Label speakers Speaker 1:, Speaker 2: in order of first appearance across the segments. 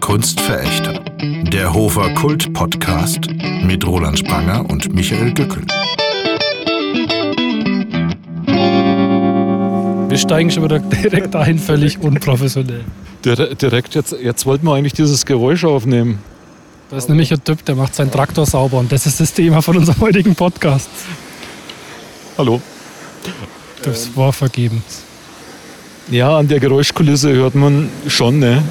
Speaker 1: Kunstverächter. Der Hofer Kult Podcast mit Roland Spranger und Michael Dückel.
Speaker 2: Wir steigen schon wieder direkt ein, völlig unprofessionell.
Speaker 3: Dire- Direkt, jetzt, jetzt wollten wir eigentlich dieses Geräusch aufnehmen.
Speaker 2: Da ist nämlich ein Typ, der macht seinen Traktor sauber und das ist das Thema von unserem heutigen Podcast.
Speaker 3: Hallo.
Speaker 2: Das war vergebens.
Speaker 3: Ja, an der Geräuschkulisse hört man schon, ne?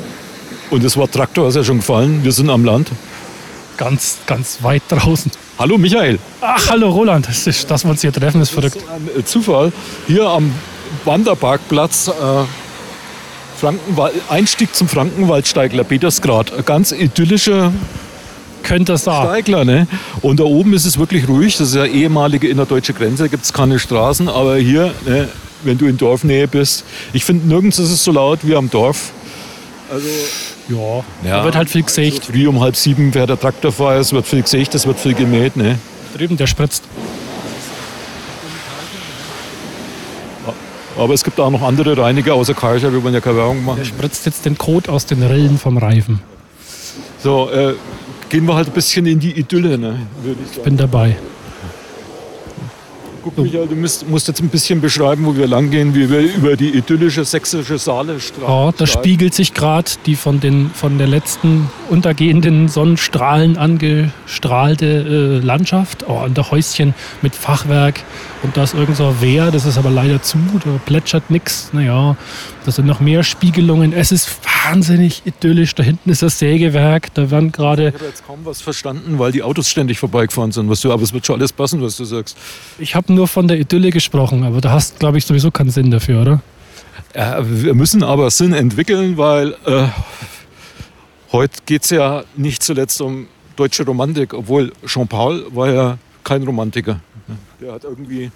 Speaker 3: Und das Wort Traktor ist ja schon gefallen. Wir sind am Land.
Speaker 2: Ganz, ganz weit draußen.
Speaker 3: Hallo Michael.
Speaker 2: Ach, hallo Roland, das ist, dass wir uns hier treffen, ist verrückt.
Speaker 3: So ein äh, Zufall. Hier am Wanderparkplatz äh, Frankenwald, Einstieg zum Frankenwaldsteigler Petersgrad. Ein ganz idyllischer
Speaker 2: Könnte es da.
Speaker 3: Steigler, ne? Und da oben ist es wirklich ruhig. Das ist ja ehemalige innerdeutsche Grenze, da gibt es keine Straßen. Aber hier, ne, wenn du in Dorfnähe bist, ich finde, nirgends ist es so laut wie am Dorf.
Speaker 2: Ja, da wird halt viel
Speaker 3: Also
Speaker 2: gesägt.
Speaker 3: früh um halb sieben, wer der Traktor fährt, es wird viel gesägt, es wird viel gemäht. Ne?
Speaker 2: Drüben, der spritzt.
Speaker 3: Aber es gibt auch noch andere Reiniger außer Kaiser, wir wollen ja keine Werbung
Speaker 2: Der
Speaker 3: machen.
Speaker 2: spritzt jetzt den Kot aus den Rillen vom Reifen.
Speaker 3: So, äh, gehen wir halt ein bisschen in die Idylle, ne? würde ich
Speaker 2: Ich
Speaker 3: sagen.
Speaker 2: bin dabei.
Speaker 3: Guck, Michael, du musst, musst jetzt ein bisschen beschreiben, wo wir langgehen, wie wir über die idyllische sächsische Saale
Speaker 2: Ja, Oh, da spiegelt sich gerade die von, den, von der letzten untergehenden Sonnenstrahlen angestrahlte äh, Landschaft. Oh, und der Häuschen mit Fachwerk und da ist irgend so ein Wehr, das ist aber leider zu, da plätschert nichts. Naja, da sind noch mehr Spiegelungen. Es ist wahnsinnig idyllisch. Da hinten ist das Sägewerk, da werden gerade.
Speaker 3: Ich habe jetzt kaum was verstanden, weil die Autos ständig vorbeigefahren sind, was du, aber es wird schon alles passen, was du sagst.
Speaker 2: Ich habe nur von der Idylle gesprochen, aber da hast, glaube ich, sowieso keinen Sinn dafür, oder?
Speaker 3: Äh, wir müssen aber Sinn entwickeln, weil äh, heute geht es ja nicht zuletzt um deutsche Romantik, obwohl Jean-Paul war ja kein Romantiker. Der hat irgendwie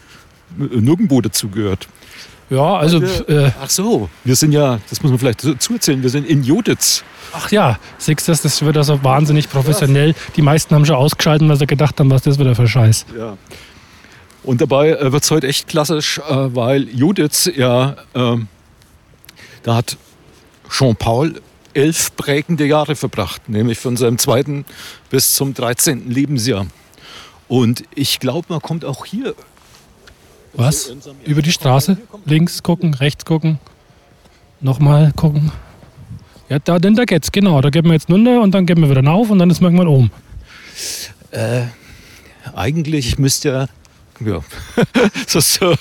Speaker 3: nirgendwo dazugehört.
Speaker 2: Ja, also. pf, Äh,
Speaker 3: Ach so. Wir sind ja, das muss man vielleicht dazu erzählen, wir sind in Joditz.
Speaker 2: Ach ja, siehst du, das das wird also wahnsinnig professionell. Die meisten haben schon ausgeschalten, weil sie gedacht haben, was das wieder für Scheiß.
Speaker 3: Ja. Und dabei äh, wird es heute echt klassisch, äh, weil Judith, ja, ähm, da hat Jean-Paul elf prägende Jahre verbracht, nämlich von seinem zweiten bis zum 13. Lebensjahr. Und ich glaube, man kommt auch hier.
Speaker 2: Was? Über die Straße? Links gucken, rechts gucken, nochmal gucken. Ja, da, denn da geht's, genau. Da gehen wir jetzt runter und dann gehen wir wieder rauf und dann ist man irgendwann oben.
Speaker 3: Eigentlich müsst ihr. Ja, das hast du,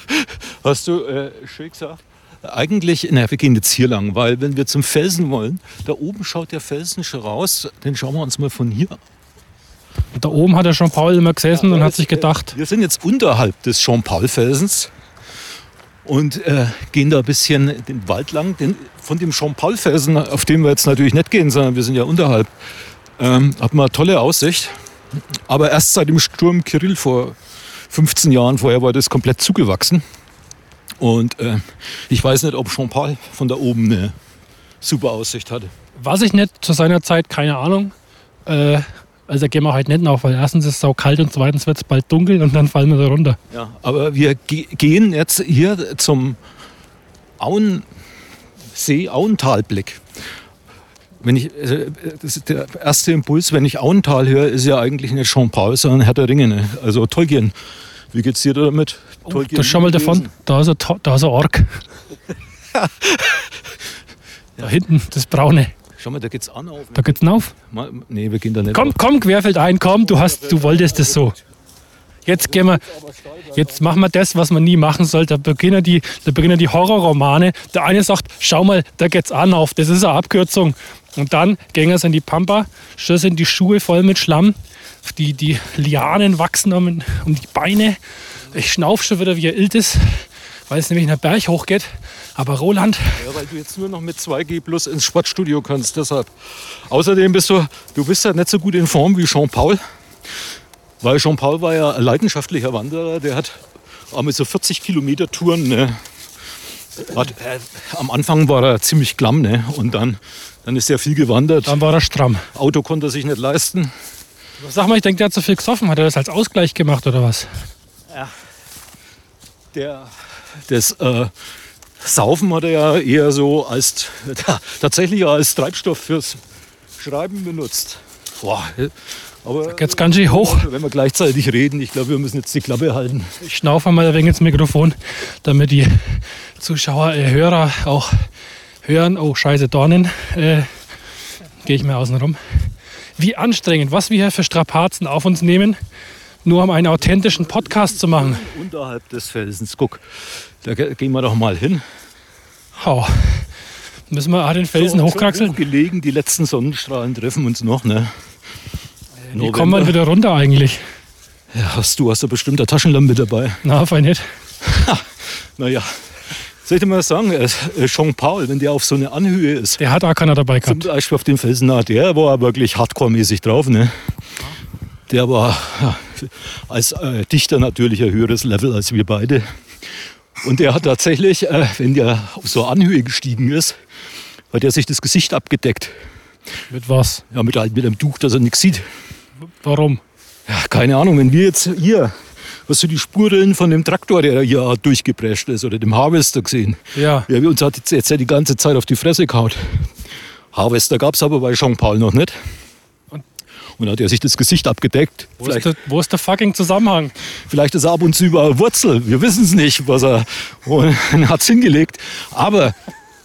Speaker 3: hast du äh, schön gesagt. Eigentlich, na, wir gehen jetzt hier lang, weil wenn wir zum Felsen wollen, da oben schaut der Felsen schon raus, den schauen wir uns mal von hier
Speaker 2: Und da oben hat ja schon Paul immer gesessen und hat sich gedacht,
Speaker 3: Wir sind jetzt unterhalb des Jean-Paul-Felsens und äh, gehen da ein bisschen den Wald lang. Den, von dem Jean-Paul-Felsen, auf den wir jetzt natürlich nicht gehen, sondern wir sind ja unterhalb, ähm, hat man eine tolle Aussicht. Aber erst seit dem Sturm Kirill vor 15 Jahren vorher war das komplett zugewachsen. Und äh, ich weiß nicht, ob Jean-Paul von da oben eine super Aussicht hatte.
Speaker 2: was ich nicht zu seiner Zeit, keine Ahnung. Äh, also da gehen wir halt nicht auf, weil erstens ist es sau kalt und zweitens wird es bald dunkel und dann fallen wir da runter.
Speaker 3: Ja, aber wir ge gehen jetzt hier zum Auensee, Auentalblick. Wenn ich, äh, das ist der erste Impuls, wenn ich Auental höre, ist ja eigentlich nicht Jean-Paul, sondern Herr der Ringe. Ne? Also Tolkien. Wie geht's dir damit?
Speaker 2: Oh, das schon mal davon. Da ist ein, To- da ist ein Ork. Da hinten, das Braune.
Speaker 3: Schau mal, da geht's an auf.
Speaker 2: Da geht's hinauf.
Speaker 3: Mal- Nee, wir gehen da nicht
Speaker 2: Komm, komm, Querfeld ein, komm, du hast, du wolltest es so. Jetzt gehen wir, jetzt machen wir das, was man nie machen sollte. Da beginnen die, da beginnen die Horrorromane. Der eine sagt, schau mal, da geht's an auf, das ist eine Abkürzung. Und dann gehen es in die Pampa, schon sind die Schuhe voll mit Schlamm, die, die Lianen wachsen um, um die Beine. Ich schnauf schon wieder wie ein Iltis, weil es nämlich nach Berg hochgeht. Aber Roland,
Speaker 3: Ja, weil du jetzt nur noch mit 2G plus ins Sportstudio kannst, deshalb. Außerdem bist du, du bist ja nicht so gut in Form wie Jean-Paul. Weil Jean-Paul war ja ein leidenschaftlicher Wanderer, der hat auch mit so 40 Kilometer Touren, ne, hat, äh, am Anfang war er ziemlich klamm, ne, und dann, dann ist er viel gewandert.
Speaker 2: dann war er stramm.
Speaker 3: Auto konnte er sich nicht leisten.
Speaker 2: Sag mal, ich denke, der hat so viel gesoffen. Hat er das als Ausgleich gemacht oder was?
Speaker 3: Der, das, äh, Saufen hat er ja eher so als tatsächlich als Treibstoff fürs Schreiben benutzt. Boah, aber
Speaker 2: Jetzt ganz schön hoch.
Speaker 3: wenn wir gleichzeitig reden, ich glaube, wir müssen jetzt die Klappe halten.
Speaker 2: Ich schnaufe mal ein wenig ins Mikrofon, damit die Zuschauer, äh, Hörer auch hören. Oh, scheiße, Dornen. Äh, Gehe ich mal außen rum. Wie anstrengend, was wir hier für Strapazen auf uns nehmen, nur um einen authentischen Podcast zu machen.
Speaker 3: Unterhalb des Felsens, guck, da ge- gehen wir doch mal hin.
Speaker 2: Hau. Müssen wir auch den Felsen
Speaker 3: So- so
Speaker 2: hochkraxeln?
Speaker 3: Hochgelegen, die letzten Sonnenstrahlen treffen uns noch. Ne?
Speaker 2: Wie Äh, kommen wir wieder runter eigentlich?
Speaker 3: Ja, hast du hast du bestimmt eine Taschenlampe dabei.
Speaker 2: Na, fein nicht.
Speaker 3: Naja, soll ich dir mal sagen, äh, äh, Jean-Paul, wenn der auf so eine Anhöhe ist,
Speaker 2: Der hat auch keiner dabei
Speaker 3: Zum
Speaker 2: gehabt.
Speaker 3: Beispiel auf dem Felsen da, der war wirklich hardcore-mäßig drauf. Ne? Der war ja, als äh, Dichter natürlich ein höheres Level als wir beide. Und der hat tatsächlich, äh, wenn der auf so eine Anhöhe gestiegen ist, hat er sich das Gesicht abgedeckt.
Speaker 2: Mit was?
Speaker 3: Ja, mit, einem- mit einem Tuch, dass er nichts sieht.
Speaker 2: Warum?
Speaker 3: Ja, keine Ahnung, wenn wir jetzt hier, hast du die Spuren von dem Traktor, der hier durchgeprescht ist, oder dem Harvester gesehen?
Speaker 2: Ja.
Speaker 3: Ja, wir uns hat jetzt, jetzt ja die ganze Zeit auf die Fresse gehauen. Harvester gab es aber bei Jean-Paul noch nicht.
Speaker 2: Und-
Speaker 3: Und hat er sich das Gesicht abgedeckt.
Speaker 2: Wo ist,
Speaker 3: Vielleicht,
Speaker 2: der, wo ist der fucking Zusammenhang?
Speaker 3: vielleicht ist er ab und zu über eine Wurzel. Wir wissen es nicht, was er und hat's hingelegt. Aber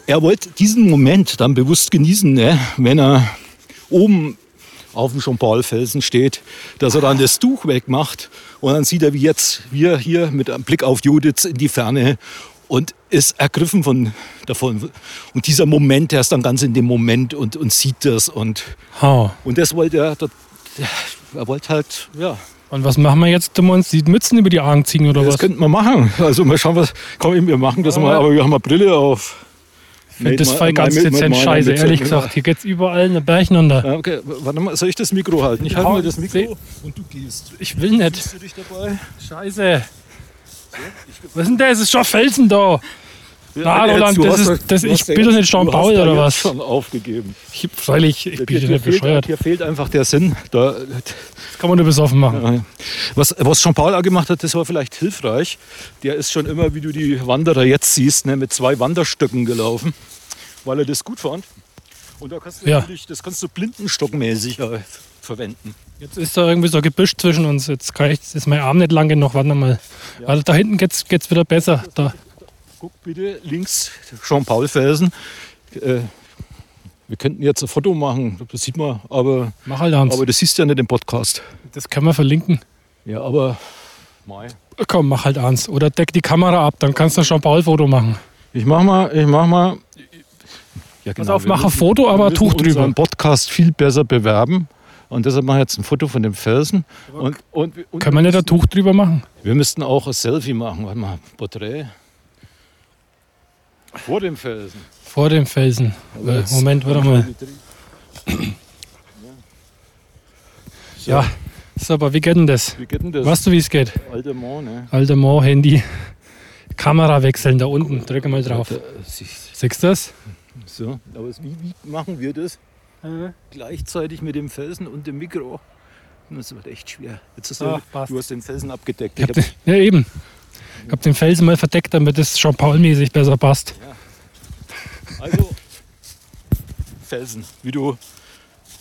Speaker 3: er wollte diesen Moment dann bewusst genießen, ne? wenn er oben auf dem Jean-Paul-Felsen steht, dass er dann das Tuch wegmacht und dann sieht er, wie jetzt wir hier mit einem Blick auf Judith in die Ferne und ist ergriffen von, davon. Und dieser Moment, der ist dann ganz in dem Moment und, und sieht das und,
Speaker 2: Hau.
Speaker 3: und das wollte er, das, er wollte halt, ja,
Speaker 2: Und was machen wir jetzt? Tun wir uns die Mützen über die Augen ziehen oder
Speaker 3: das
Speaker 2: was?
Speaker 3: könnten wir machen. Also mal schauen, was, komm, wir machen das mal, aber wir haben eine Brille auf.
Speaker 2: Find das
Speaker 3: Made
Speaker 2: voll
Speaker 3: my-
Speaker 2: ganz
Speaker 3: made my-
Speaker 2: dezent
Speaker 3: made my-
Speaker 2: scheiße,
Speaker 3: made my-
Speaker 2: ehrlich gesagt. Hier geht's überall eine Bärchen unter.
Speaker 3: Ja, okay, warte mal, soll ich das Mikro halten? Ich halte
Speaker 2: Ja,
Speaker 3: mal das Mikro
Speaker 2: seh-
Speaker 3: und du gehst.
Speaker 2: Ich will nicht.
Speaker 3: Bist du dich dabei?
Speaker 2: Scheiße. Was ist denn das? Es ist schon Felsen da. Na, Ah, Roland,
Speaker 3: du
Speaker 2: das
Speaker 3: hast
Speaker 2: ist-
Speaker 3: doch-
Speaker 2: das-
Speaker 3: du
Speaker 2: ich
Speaker 3: hast ja
Speaker 2: bin doch
Speaker 3: jetzt-
Speaker 2: nicht Jean
Speaker 3: du hast
Speaker 2: Paul
Speaker 3: ja
Speaker 2: oder
Speaker 3: jetzt
Speaker 2: was?
Speaker 3: schon aufgegeben.
Speaker 2: Ich, freilich, ich bin ja
Speaker 3: hier,
Speaker 2: nicht
Speaker 3: fehlt,
Speaker 2: bescheuert.
Speaker 3: hier fehlt einfach der Sinn. Da,
Speaker 2: Das kann man nur besoffen machen.
Speaker 3: äh, was was Jean-Paul auch gemacht hat, das war vielleicht hilfreich. Der ist schon immer, wie du die Wanderer jetzt siehst, ne, mit zwei Wanderstöcken gelaufen, weil er das gut fand. Und da kannst du
Speaker 2: Ja.
Speaker 3: natürlich, das kannst du blindenstockmäßig äh, verwenden.
Speaker 2: Jetzt ist da irgendwie so ein Gebüsch zwischen uns. Jetzt kann ich, jetzt ist mein Arm nicht lang genug. Warte mal. Also da hinten geht's, geht's wieder besser. Da.
Speaker 3: Guck bitte links, Jean-Paul-Felsen. Äh, wir könnten jetzt ein Foto machen, das sieht man, aber,
Speaker 2: Mach halt eins.
Speaker 3: aber das siehst du ja nicht im Podcast.
Speaker 2: Das können wir verlinken.
Speaker 3: Ja, aber. Mai.
Speaker 2: Komm, mach halt eins. Oder deck die Kamera ab, dann kannst du ein Jean-Paul-Foto machen.
Speaker 3: Ich mach mal, ich mach mal. Ja, genau.
Speaker 2: auf,
Speaker 3: wir
Speaker 2: mach ein
Speaker 3: müssen-
Speaker 2: Foto,
Speaker 3: wir
Speaker 2: aber ein
Speaker 3: müssen
Speaker 2: Tuch drüber.
Speaker 3: unseren Podcast viel besser bewerben. Und deshalb machen wir jetzt ein Foto von dem Felsen. Und, und, und
Speaker 2: Können wir nicht ein Tuch drüber machen?
Speaker 3: wir müssten auch ein Selfie machen. Warte mal, Porträt. Vor dem Felsen.
Speaker 2: Vor dem Felsen. Äh,
Speaker 3: jetzt-
Speaker 2: Moment, warte mal. Ja, so, aber wie geht denn das?
Speaker 3: Wie geht denn das?
Speaker 2: Weißt du, wie es geht?
Speaker 3: Alter Mann, ne?
Speaker 2: Alter Mo, Handy. Kamera wechseln, da unten. Drücke mal drauf. Siehst du das?
Speaker 3: Äh, So, aber es- wie, wie machen wir das? Äh. Gleichzeitig mit dem Felsen und dem Mikro. Das wird echt schwer. Jetzt hast du,
Speaker 2: Ach, passt.
Speaker 3: du hast den Felsen abgedeckt.
Speaker 2: Ich hab
Speaker 3: Ich
Speaker 2: den, ja, eben. Ich hab den Felsen mal verdeckt, damit es schon paulmäßig besser passt.
Speaker 3: hab- also, Felsen, wie du.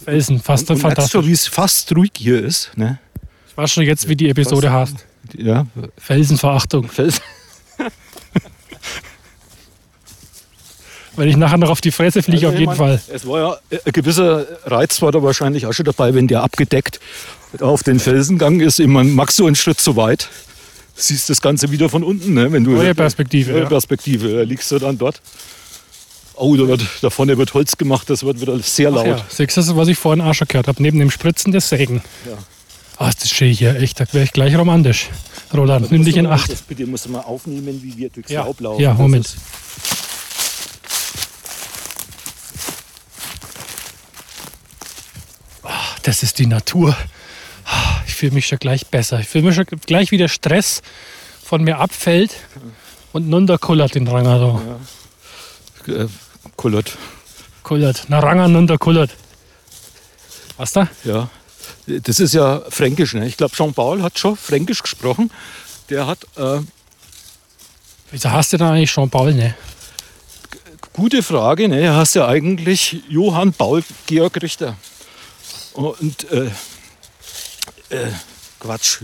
Speaker 2: Felsen, fast
Speaker 3: und merkst
Speaker 2: fantastisch.
Speaker 3: schon, wie es fast ruhig hier ist. Ne?
Speaker 2: Ich weiß schon jetzt, wie die Episode heißt.
Speaker 3: Ja,
Speaker 2: Felsenverachtung.
Speaker 3: Felsen.
Speaker 2: Wenn ich nachher noch auf die Fresse fliege, auf
Speaker 3: Also,
Speaker 2: jeden
Speaker 3: ich meine,
Speaker 2: Fall.
Speaker 3: Es war ja äh, ein gewisser Reiz war da wahrscheinlich auch schon dabei, wenn der abgedeckt auf den Felsen gegangen ist. Ich meine, magst du einen Schritt zu weit? Siehst das Ganze wieder von unten, ne? wenn du
Speaker 2: Neue Perspektive,
Speaker 3: Neue
Speaker 2: ja.
Speaker 3: Perspektive. Da liegst du dann dort. Oh, da, wird, da vorne wird Holz gemacht. Das wird wieder sehr laut.
Speaker 2: Ja, siehst du, was ich vorhin auch schon gehört habe? Neben dem Spritzen des Sägen.
Speaker 3: Ja.
Speaker 2: Ach, das stehe ich hier echt. Da wäre ich gleich romantisch. Roland, nimm dich in Acht.
Speaker 3: Das bitte musst du mal aufnehmen, wie wir durchs
Speaker 2: Ja,
Speaker 3: Laub laufen.
Speaker 2: ja
Speaker 3: Das
Speaker 2: Moment.
Speaker 3: ist-
Speaker 2: Ah, Das ist die Natur. Ah, Ich fühle mich schon gleich besser. Ich fühle mich schon gleich, wie der Stress von mir abfällt und nun da kullert den Ranger da.
Speaker 3: Äh, Kolott,
Speaker 2: Kullert. Na, Ranger nun da kullert. Was da?
Speaker 3: ja. Das ist ja fränkisch. Ne? Ich glaube, Jean-Paul hat schon fränkisch gesprochen. Der hat äh,
Speaker 2: Wieso hast du da eigentlich Jean-Paul, ne?
Speaker 3: gute Frage. Ne? Du hast ja eigentlich Johann Paul Georg Richter. Und äh, äh, Quatsch.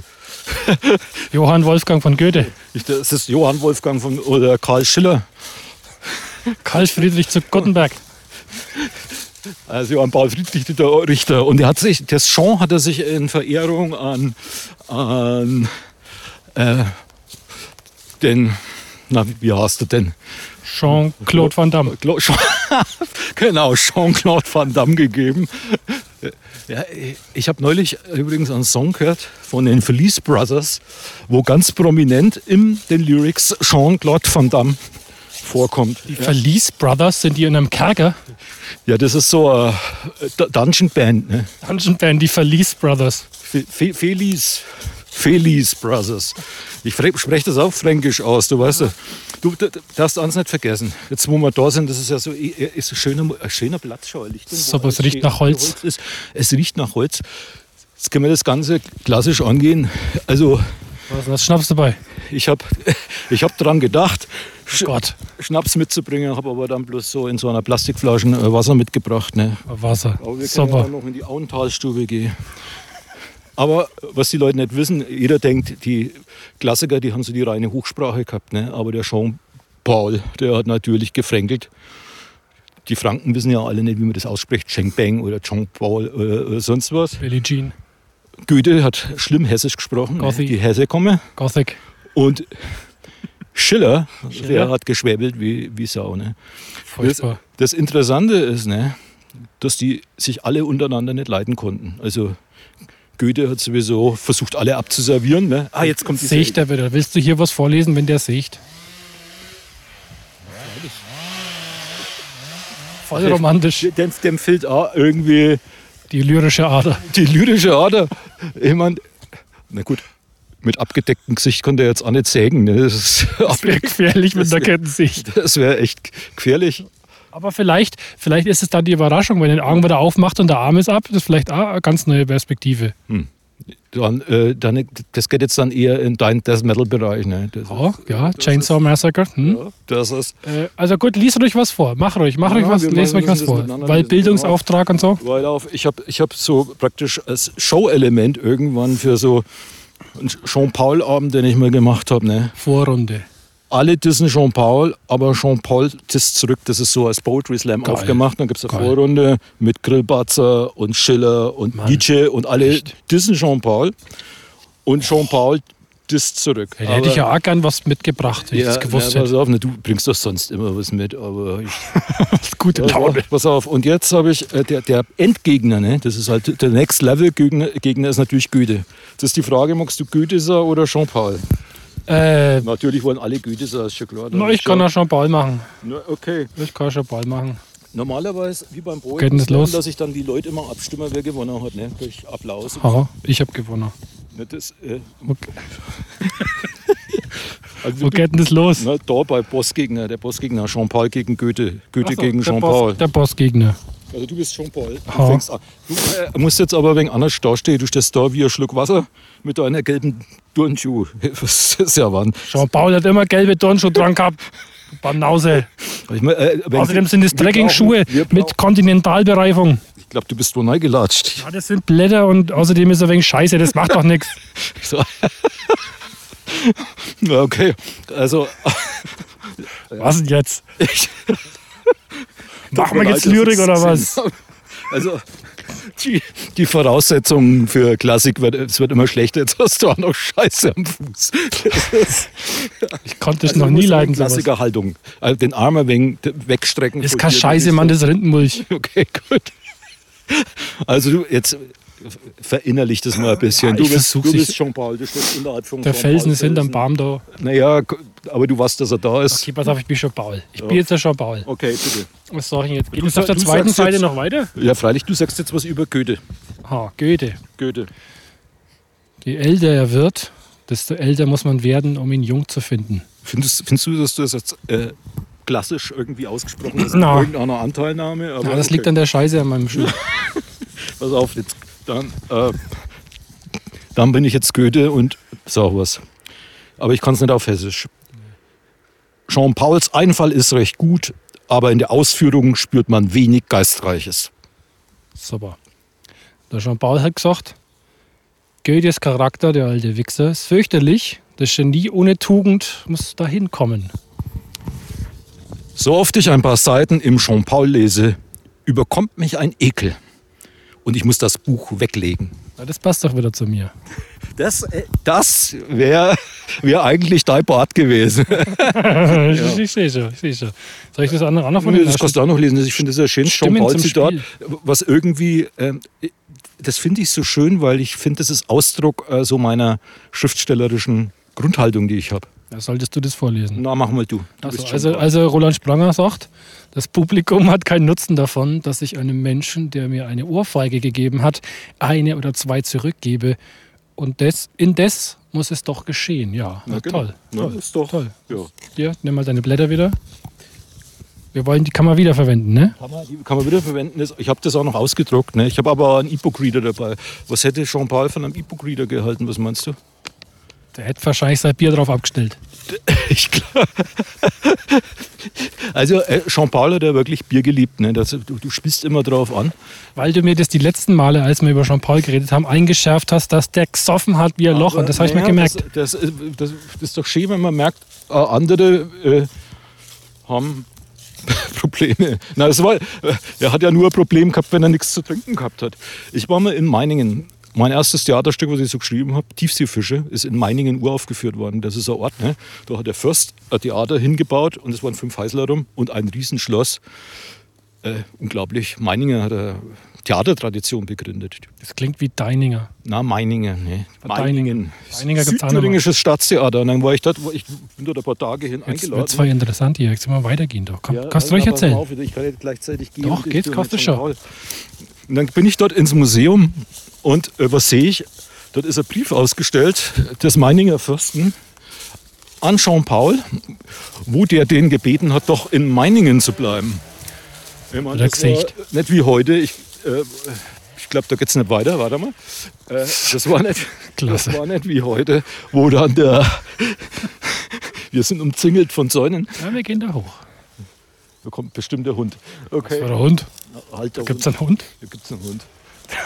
Speaker 2: Johann Wolfgang von Goethe,
Speaker 3: Ich- Das ist Johann Wolfgang von, oder Karl Schiller.
Speaker 2: Karl Friedrich zu Gottenberg.
Speaker 3: Also Johann Paul Friedrich der Richter. Und er hat sich, das Jean hat er sich in Verehrung an, an äh, den, na, wie heißt er denn?
Speaker 2: Jean-Claude Van Damme.
Speaker 3: Cla- Jean, genau, Jean-Claude Van Damme gegeben. Ja, ich habe neulich übrigens einen Song gehört von den Felice Brothers, wo ganz prominent in den Lyrics Jean-Claude Van Damme vorkommt.
Speaker 2: Die Verlies Brothers sind die in einem Kerker.
Speaker 3: Ja, das ist so eine Dungeon Band, ne?
Speaker 2: Dungeon Band, die Verlies Brothers.
Speaker 3: Fe Fe Feliz. Feliz Brothers. Ich fre- spreche das auch fränkisch aus, du weißt. ja. Du du- du darfst eins nicht vergessen. Jetzt, wo wir da sind, das ist ja so eh- eh- ist ein schöner, ein schöner Platz schon. eine Lichtung, wo
Speaker 2: So, aber
Speaker 3: alles
Speaker 2: es riecht
Speaker 3: steht,
Speaker 2: nach Holz.
Speaker 3: ist. Es riecht nach Holz. Jetzt können wir das Ganze klassisch angehen. Also,
Speaker 2: Was ist denn das Schnaps dabei?
Speaker 3: ich habe ich hab dran gedacht, Sch
Speaker 2: Oh Gott,
Speaker 3: Schnaps mitzubringen, habe aber dann bloß so in so einer Plastikflasche äh, Wasser mitgebracht. Ne?
Speaker 2: Wasser.
Speaker 3: Aber wir können ja auch
Speaker 2: Super.
Speaker 3: noch in die Auentalstube gehen. Aber was die Leute nicht wissen, jeder denkt, die Klassiker, die haben so die reine Hochsprache gehabt. Ne? Aber der Jean Paul, der hat natürlich gefränkelt. Die Franken wissen ja alle nicht, wie man das ausspricht. Schenkbang oder Jean Paul oder, oder sonst was.
Speaker 2: Billie Jean,
Speaker 3: Goethe hat schlimm Hessisch gesprochen. Ne?
Speaker 2: Gothic.
Speaker 3: Die Hesse komme.
Speaker 2: Gothic.
Speaker 3: Und Schiller,
Speaker 2: Schiller.
Speaker 3: der hat geschwäbelt wie, wie Sau. Ne?
Speaker 2: Furchtbar.
Speaker 3: Das Interessante ist, ne, dass die sich alle untereinander nicht leiden konnten. Also Goethe hat sowieso versucht, alle abzuservieren. Ne? Ah, jetzt kommt dieser-
Speaker 2: Seht er wieder. Willst du hier was vorlesen, wenn der seht? Voll romantisch.
Speaker 3: Dem, dem fehlt auch irgendwie
Speaker 2: Die lyrische Ader.
Speaker 3: die lyrische Ader. Ich mein, na gut, mit abgedecktem Gesicht konnte er jetzt auch nicht sägen. Ne? Das, ist-
Speaker 2: Das wäre gefährlich mit einer Kettensicht.
Speaker 3: das wäre echt gefährlich.
Speaker 2: Aber vielleicht, vielleicht ist es dann die Überraschung, wenn den Augen wieder aufmacht und der Arm ist ab, das ist vielleicht auch eine ganz neue Perspektive.
Speaker 3: Dann, äh, dann, das geht jetzt dann eher in deinen Death-Metal-Bereich. Ne? Das,
Speaker 2: Oh, ja, Chainsaw Massacre. Hm?
Speaker 3: das ist
Speaker 2: Äh, Also gut, lies ruhig was vor. Mach ruhig, mach
Speaker 3: Ja,
Speaker 2: ruhig was,
Speaker 3: wir
Speaker 2: lest
Speaker 3: machen
Speaker 2: ruhig was
Speaker 3: das
Speaker 2: vor.
Speaker 3: miteinander.
Speaker 2: Weil
Speaker 3: Wir-
Speaker 2: Bildungsauftrag und so.
Speaker 3: Weil auf, ich habe ich hab so praktisch als Show-Element irgendwann für so einen Jean-Paul-Abend, den ich mal gemacht habe. Ne?
Speaker 2: Vorrunde.
Speaker 3: Alle dissen Jean-Paul, aber Jean-Paul disst zurück. Das ist so als Poetry Slam
Speaker 2: Geil.
Speaker 3: aufgemacht. Dann gibt es eine
Speaker 2: Geil.
Speaker 3: Vorrunde mit Grillparzer und Schiller und Nietzsche und alle dissen Jean-Paul. Und Jean-Paul disst zurück.
Speaker 2: Da hätte ich ja auch gern was mitgebracht, wenn ich
Speaker 3: ja,
Speaker 2: das gewusst
Speaker 3: na,
Speaker 2: hätte.
Speaker 3: pass auf, ne, du bringst doch sonst immer was mit, aber ich
Speaker 2: Gute
Speaker 3: Ja, pass auf, und jetzt habe ich, äh, der, der Endgegner, ne? das ist halt der Next Level Gegner, Gegner ist natürlich Goethe. Das ist die Frage, magst du Goethe sein oder Jean-Paul?
Speaker 2: Äh,
Speaker 3: Natürlich wollen alle Goethe sein, ist schon klar.
Speaker 2: na, ich kann auch schon Ball machen.
Speaker 3: Na, Okay.
Speaker 2: Ich kann schon Ball machen.
Speaker 3: Normalerweise, wie beim Poetry
Speaker 2: Geht denn das
Speaker 3: Slam,
Speaker 2: los?
Speaker 3: dass ich dann die Leute immer abstimme, wer gewonnen hat, ne? durch Applaus.
Speaker 2: Haha, ich habe gewonnen.
Speaker 3: Ne, das, äh,
Speaker 2: Wo,
Speaker 3: also,
Speaker 2: wo geht denn das los?
Speaker 3: na, da bei Bossgegner, der Bossgegner, Jean-Paul gegen Goethe, Goethe
Speaker 2: Ach so,
Speaker 3: gegen
Speaker 2: der
Speaker 3: Jean-Paul.
Speaker 2: Boss- Der Bossgegner.
Speaker 3: Also du bist schon Paul. Du
Speaker 2: Ha.
Speaker 3: fängst an. Du äh, musst jetzt aber wegen anders dastehen. Du stehst da wie ein Schluck Wasser mit deiner gelben Turnschuhe. Das ist ja wann.
Speaker 2: Jean-Paul hat immer gelbe Turnschuhe dran gehabt. Banause.
Speaker 3: Ich mein, äh, wenn-
Speaker 2: Außerdem sind es
Speaker 3: wir
Speaker 2: Trekkingschuhe
Speaker 3: brauchen- wir brauchen-
Speaker 2: mit Kontinentalbereifung.
Speaker 3: Ich glaube, du bist wohl neu gelatscht.
Speaker 2: Ja, das sind Blätter und außerdem ist er wegen Scheiße, das macht doch nichts.
Speaker 3: So. Ja, okay, also
Speaker 2: Was denn jetzt?
Speaker 3: ich,
Speaker 2: Machen
Speaker 3: Tut
Speaker 2: wir
Speaker 3: mir
Speaker 2: jetzt
Speaker 3: leid, dass
Speaker 2: Lyrik
Speaker 3: ich's
Speaker 2: oder was?
Speaker 3: gesehen hab. Also die, die Voraussetzungen für Klassik wird, es wird immer schlechter. Jetzt hast du auch noch Scheiße am Fuß. Das ist,
Speaker 2: Ich konnte es
Speaker 3: Also
Speaker 2: noch
Speaker 3: muss
Speaker 2: nie
Speaker 3: man
Speaker 2: leiden.
Speaker 3: in
Speaker 2: Sowas.
Speaker 3: Klassiker Haltung. Also den Arm ein wenig wegstrecken.
Speaker 2: Das ist keine
Speaker 3: Folgt dir
Speaker 2: Scheiße,
Speaker 3: die
Speaker 2: Mann,
Speaker 3: Liste.
Speaker 2: das ist Rindenmulch.
Speaker 3: Okay, gut. Also du, jetzt verinnerlich das mal ein bisschen.
Speaker 2: Ja,
Speaker 3: du
Speaker 2: ich
Speaker 3: bist,
Speaker 2: versuch's.
Speaker 3: du bist
Speaker 2: Ich-
Speaker 3: Jean-Paul, du stehst unterhalb von
Speaker 2: Der
Speaker 3: Jean-Paul
Speaker 2: Felsen ist hinterm
Speaker 3: Felsen.
Speaker 2: Baum da.
Speaker 3: Naja, gu- aber du weißt, dass er da ist.
Speaker 2: Okay, pass auf, ich bin schon Paul. Ich bin jetzt ja schon Paul.
Speaker 3: Okay, bitte.
Speaker 2: Was sag ich jetzt? Geht
Speaker 3: Du
Speaker 2: es auf der
Speaker 3: sag- du
Speaker 2: zweiten
Speaker 3: sagst
Speaker 2: Seite
Speaker 3: jetzt-
Speaker 2: noch weiter?
Speaker 3: Ja, freilich, du sagst jetzt was über Goethe.
Speaker 2: Ha, Goethe.
Speaker 3: Goethe.
Speaker 2: Je älter er wird, desto älter muss man werden, um ihn jung zu finden.
Speaker 3: Findest, findest du, dass du das jetzt äh, klassisch irgendwie ausgesprochen hast?
Speaker 2: Na.
Speaker 3: Mit irgendeiner Anteilnahme? Aber
Speaker 2: Ja, das
Speaker 3: okay.
Speaker 2: liegt an der Scheiße an meinem Schuh.
Speaker 3: Pass auf, jetzt, dann, äh, dann bin ich jetzt Goethe und sag was. Aber ich kann es nicht auf Hessisch. Jean-Pauls Einfall ist recht gut, aber in der Ausführung spürt man wenig Geistreiches.
Speaker 2: Super. Da schon Paul hat gesagt, Goethes Charakter, der alte Wichser, ist fürchterlich. Das Genie ohne Tugend muss dahin kommen.
Speaker 3: So oft ich ein paar Seiten im Jean-Paul lese, überkommt mich ein Ekel. Und ich muss das Buch weglegen.
Speaker 2: Na, das passt doch wieder zu mir.
Speaker 3: Das, äh, das wäre wär eigentlich dein Part gewesen.
Speaker 2: Ich, ich sehe schon, ich sehe schon. Soll ich das andere auch noch von
Speaker 3: Nee,
Speaker 2: dir
Speaker 3: das kannst du auch noch lesen. Ich finde das ja schön.
Speaker 2: Hm, Stimmen zum
Speaker 3: Jean-Paul-Zitat,
Speaker 2: Spiel.
Speaker 3: was irgendwie, ähm, das finde ich so schön, weil ich finde, das ist Ausdruck äh, so meiner schriftstellerischen Grundhaltung, die ich habe.
Speaker 2: Ja, solltest du das vorlesen?
Speaker 3: Na, mach mal du. du
Speaker 2: Also,
Speaker 3: bist schon
Speaker 2: also,
Speaker 3: dran.
Speaker 2: also Roland Spranger sagt, das Publikum hat keinen Nutzen davon, dass ich einem Menschen, der mir eine Ohrfeige gegeben hat, eine oder zwei zurückgebe. Und des, indes muss es doch geschehen. Ja, na,
Speaker 3: Na, genau.
Speaker 2: toll.
Speaker 3: Na,
Speaker 2: toll.
Speaker 3: ist doch-
Speaker 2: toll.
Speaker 3: ja.
Speaker 2: Hier, nimm mal deine Blätter wieder. Wir wollen die Kammer wiederverwenden, ne?
Speaker 3: Kann man, die kann man wiederverwenden. Das- Ich habe das auch noch ausgedruckt. Ne? Ich habe aber einen E-Book-Reader dabei. Was hätte Jean-Paul von einem E-Book-Reader gehalten? Was meinst du?
Speaker 2: Der hätte wahrscheinlich sein Bier drauf abgestellt.
Speaker 3: Ich glaube. Also, äh, Jean-Paul hat ja wirklich Bier geliebt. Ne? Das, du, du spielst immer drauf an.
Speaker 2: Weil du mir das die letzten Male, als wir über Jean-Paul geredet haben, eingeschärft hast, dass der gesoffen hat wie ein Loch. Und das habe ich mir
Speaker 3: Naja,
Speaker 2: gemerkt.
Speaker 3: Das, das, das, das ist doch schön, wenn man merkt, äh, andere äh, haben Probleme. Na, das war, äh, er hat ja nur ein Problem gehabt, wenn er nichts zu trinken gehabt hat. Ich war mal in Meiningen. Mein erstes Theaterstück, was ich so geschrieben habe, Tiefseefische, ist in Meiningen uraufgeführt worden. Das ist ein Ort. Ne? Da hat der Fürst ein Theater hingebaut und es waren fünf Häusler rum und ein Riesenschloss. Äh, unglaublich. Meiningen hat eine Theatertradition begründet.
Speaker 2: Das klingt wie Deininger.
Speaker 3: Na, Meiningen, ne?
Speaker 2: Meiningen. Meininger gibt's auch noch.
Speaker 3: Südthüringisches Staatstheater. Und dann war ich dort, wo ich bin dort ein paar Tage hin
Speaker 2: Jetzt
Speaker 3: eingeladen.
Speaker 2: wird es voll interessant hier. Jetzt mal weitergehen. Doch. Komm,
Speaker 3: Ja,
Speaker 2: kannst
Speaker 3: also,
Speaker 2: du ruhig
Speaker 3: aber
Speaker 2: erzählen.
Speaker 3: pass auf, Ich kann nicht gleichzeitig gehen.
Speaker 2: Doch,
Speaker 3: Ich
Speaker 2: geht's,
Speaker 3: tue
Speaker 2: kannst du
Speaker 3: jetzt
Speaker 2: schon.
Speaker 3: Paul. Und dann bin ich dort ins Museum und äh, was sehe ich? Dort ist ein Brief ausgestellt des Meininger Fürsten an Jean-Paul, wo der den gebeten hat, doch in Meiningen zu bleiben. Ich meine,
Speaker 2: Oder
Speaker 3: das war
Speaker 2: gesicht.
Speaker 3: nicht wie heute. Ich, äh, ich glaube, da geht's nicht weiter. Warte mal. Äh, das, war nicht,
Speaker 2: Klasse.
Speaker 3: das war nicht wie heute, wo dann der. Wir sind umzingelt von Säulen.
Speaker 2: Ja, wir gehen da hoch.
Speaker 3: Da kommt bestimmt der Hund. Okay.
Speaker 2: Das war der Hund.
Speaker 3: Halt da
Speaker 2: Gibt es einen Hund?
Speaker 3: Da gibt's einen Hund.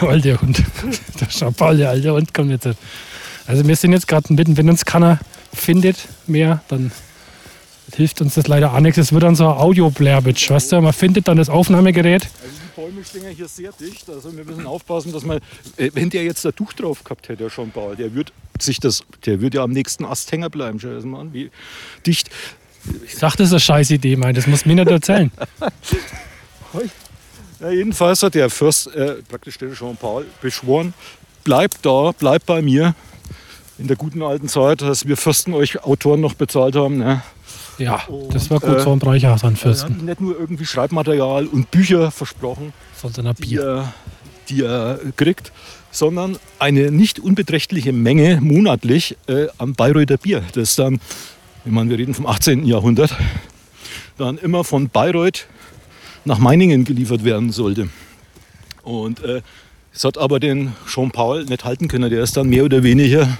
Speaker 2: Der alte Hund. Der Jean-Paul, der alte Hund kommt jetzt. Also wir sind jetzt gerade mitten. Wenn uns keiner findet mehr, dann hilft uns das leider auch nichts. Es wird dann so ein Audio-Blair-Bitch, weißt du? Man findet dann das Aufnahmegerät.
Speaker 3: Also die Bäume stehen ja hier sehr dicht. Also wir müssen aufpassen, dass man. Äh, wenn der jetzt da Tuch drauf gehabt hätte, der Jean Paul, der würde sich das, der würde ja am nächsten Ast hängen bleiben. Schau dir das mal an, wie dicht.
Speaker 2: Ich sag, das ist eine scheiß Idee, mein. Das muss mir nicht erzählen.
Speaker 3: Ja, jedenfalls hat der Fürst, äh, praktisch der Jean Paul, beschworen, bleibt da, bleibt bei mir. In der guten alten Zeit, dass wir Fürsten euch Autoren noch bezahlt haben. Ne?
Speaker 2: Ja, das war gut
Speaker 3: äh,
Speaker 2: so ein Breichhaus an
Speaker 3: Er hat
Speaker 2: Fürsten.
Speaker 3: nicht nur irgendwie Schreibmaterial und Bücher versprochen,
Speaker 2: Sondern ein
Speaker 3: die
Speaker 2: Bier.
Speaker 3: er, die er kriegt, sondern eine nicht unbeträchtliche Menge monatlich äh, am Bayreuther Bier. Das dann, ich meine, wir reden vom 18. Jahrhundert, dann immer von Bayreuth nach Meiningen geliefert werden sollte. Und äh, es hat aber den Jean-Paul nicht halten können. Der ist dann mehr oder weniger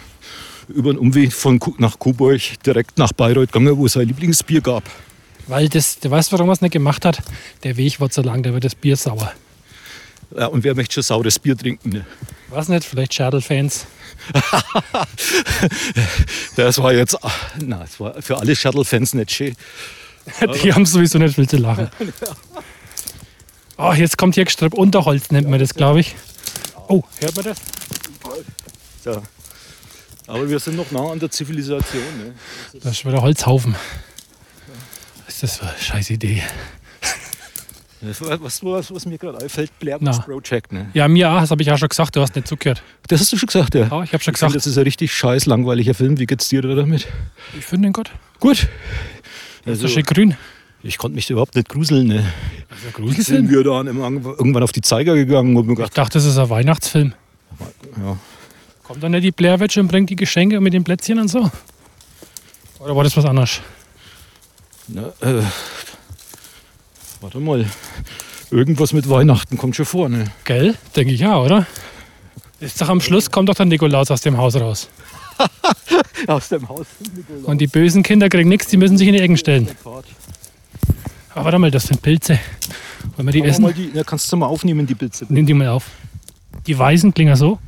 Speaker 3: über den Umweg von Ku nach Coburg direkt nach Bayreuth gegangen, wo es sein Lieblingsbier gab.
Speaker 2: Weil das, du weißt, warum er es nicht gemacht hat? Der Weg war zu lang, da wird das Bier sauer.
Speaker 3: Ja, und wer möchte schon saures Bier trinken? Ne?
Speaker 2: Weiß nicht, vielleicht Schadel-Fans.
Speaker 3: Das war jetzt, na, das war für alle Shuttle-Fans nicht schön.
Speaker 2: Die haben sowieso nicht viel zu lachen. Oh, jetzt kommt hier Gestrüpp. Unterholz nennt man das, glaube ich. Oh, hört man das?
Speaker 3: Ja. Aber wir sind noch nah an der Zivilisation. Ne?
Speaker 2: Da ist schon wieder Holzhaufen. Ist das für eine scheiß Idee?
Speaker 3: Das war was, was, was mir gerade einfällt, Blair
Speaker 2: Na.
Speaker 3: Witch Project. Ne?
Speaker 2: Ja, mir auch, das habe ich auch schon gesagt, du hast nicht zugehört.
Speaker 3: Das hast du schon gesagt, ja.
Speaker 2: Ja, ich habe schon
Speaker 3: Ich find,
Speaker 2: gesagt,
Speaker 3: das ist ein richtig scheiß langweiliger Film. Wie geht's dir da damit?
Speaker 2: ich finde den gut.
Speaker 3: Gut.
Speaker 2: Das ist
Speaker 3: Also,
Speaker 2: schön grün.
Speaker 3: ich konnte mich da überhaupt nicht gruseln. Ne?
Speaker 2: Also
Speaker 3: Sind wir dann immer ang- irgendwann auf die Zeiger gegangen und mir
Speaker 2: Ich
Speaker 3: gedacht,
Speaker 2: dachte, das ist ein Weihnachtsfilm.
Speaker 3: ja.
Speaker 2: Kommt dann nicht die Blair Witch und bringt die Geschenke mit den Plätzchen und so? Oder war das was anderes?
Speaker 3: Na, äh, warte mal. Irgendwas mit Weihnachten kommt schon vor. Ne?
Speaker 2: Gell? Denke ich ja, oder? Ist doch am Schluss, kommt doch der Nikolaus aus dem Haus raus.
Speaker 3: Aus dem Haus.
Speaker 2: Und die bösen Kinder kriegen nichts, die müssen sich in die Ecken stellen. Aber warte mal, das sind Pilze. Wollen wir die
Speaker 3: Machen wir
Speaker 2: essen?
Speaker 3: Mal die, na, kannst du mal aufnehmen, die Pilze.
Speaker 2: Nimm die mal auf. Die weißen klingen so,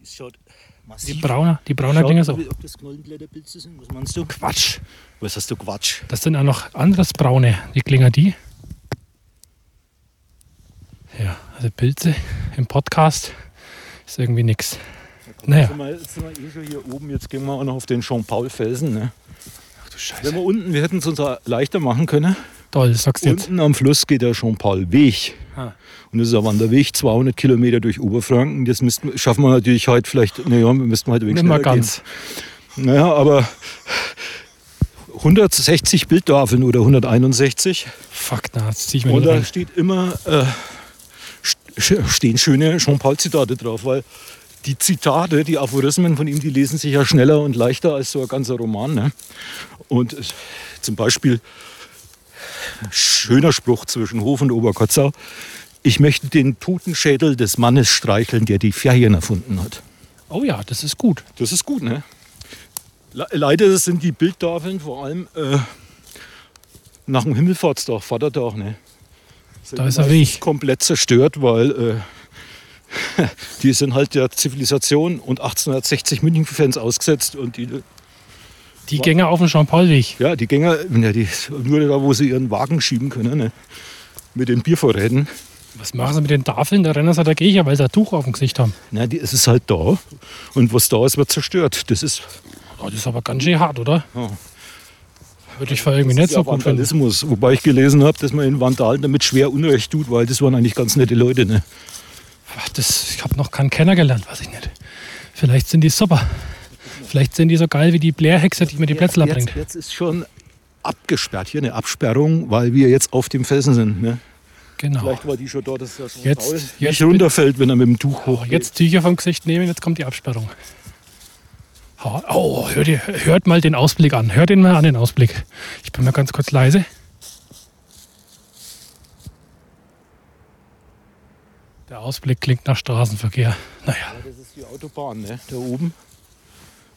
Speaker 3: Das schaut
Speaker 2: die
Speaker 3: massiv
Speaker 2: brauner, die brauner klingen
Speaker 3: Schaut,
Speaker 2: so.
Speaker 3: ob, ob das Knollenblätterpilze sind, was meinst du? Quatsch. Was hast du Quatsch?
Speaker 2: Das sind auch noch anderes braune. Wie klingen die? Ja, also Pilze im Podcast ist irgendwie nix. Naja.
Speaker 3: Jetzt sind, wir, jetzt sind wir eh schon hier oben, jetzt gehen wir auch noch auf den Jean-Paul-Felsen. Ne?
Speaker 2: Ach du
Speaker 3: Wenn
Speaker 2: Scheiße.
Speaker 3: wir unten, wir hätten es uns auch leichter machen können.
Speaker 2: Toll, sagst du jetzt.
Speaker 3: Unten am Fluss geht der Jean-Paul-Weg.
Speaker 2: Ah.
Speaker 3: Und das ist ein Wanderweg, 200 Kilometer durch Oberfranken. Das müssten, schaffen wir natürlich heute vielleicht, naja, müssten wir heute
Speaker 2: Nimm mal ganz.
Speaker 3: Gehen. Naja, aber 160 Bildtafeln oder 161.
Speaker 2: Fuck, na, jetzt zieh ich mir
Speaker 3: Und
Speaker 2: den
Speaker 3: da
Speaker 2: rein.
Speaker 3: steht immer, äh, st- stehen schöne Jean-Paul-Zitate drauf, weil die Zitate, die Aphorismen von ihm, die lesen sich ja schneller und leichter als so ein ganzer Roman. Ne? Und äh, zum Beispiel, schöner Spruch zwischen Hof und Oberkotzau, ich möchte den Totenschädel des Mannes streicheln, der die Ferien erfunden hat.
Speaker 2: Oh ja, das ist gut.
Speaker 3: Das ist gut, ne? Le Leider sind die Bildtafeln vor allem äh, nach dem Himmelfahrtstag, Vatertag, ne? Sind
Speaker 2: Da ist er
Speaker 3: meistens
Speaker 2: weg.
Speaker 3: Komplett zerstört, weil äh, die sind halt der Zivilisation und 1860 München-Fans ausgesetzt und die,
Speaker 2: Die Gänger auf dem Jean-Paul-Weg.
Speaker 3: ja, die Gänger, ja, die, nur da, wo sie ihren Wagen schieben können, ne? Mit den Biervorräten.
Speaker 2: Was machen sie mit den Tafeln? Da rennen sie da Gecher, weil sie ein Tuch auf dem Gesicht haben.
Speaker 3: Na, die, es ist halt da. Und was da ist, wird zerstört. Das ist
Speaker 2: Oh, das ist aber ganz schön hart, oder?
Speaker 3: Ja.
Speaker 2: Würde ich irgendwie nicht
Speaker 3: Das ist
Speaker 2: so
Speaker 3: ja
Speaker 2: gut finden.
Speaker 3: Vandalismus, wobei ich gelesen habe, dass man in Vandalen damit schwer Unrecht tut, weil das waren eigentlich ganz nette Leute. Ne?
Speaker 2: Ach, das, ich habe noch keinen Kenner gelernt, weiß ich nicht. Vielleicht sind die super. Vielleicht sind die so geil wie die Blair-Hexe, die mir die Plätzler bringt.
Speaker 3: Jetzt, jetzt ist schon abgesperrt hier eine Absperrung, weil wir jetzt auf dem Felsen sind. Ne?
Speaker 2: Genau.
Speaker 3: Vielleicht war die schon da, dass das
Speaker 2: Jetzt-
Speaker 3: Paul
Speaker 2: jetzt
Speaker 3: nicht
Speaker 2: bin-
Speaker 3: runterfällt, wenn er mit dem Tuch
Speaker 2: Oh,
Speaker 3: hoch.
Speaker 2: jetzt Tücher vom Gesicht nehmen, jetzt kommt die Absperrung. Ha- Oh, hört, ihr, hört mal den Ausblick an. Hört ihn mal an, den Ausblick. Ich bin mal ganz kurz leise. Der Ausblick klingt nach Straßenverkehr. Naja,
Speaker 3: Das ist die Autobahn, ne? da oben.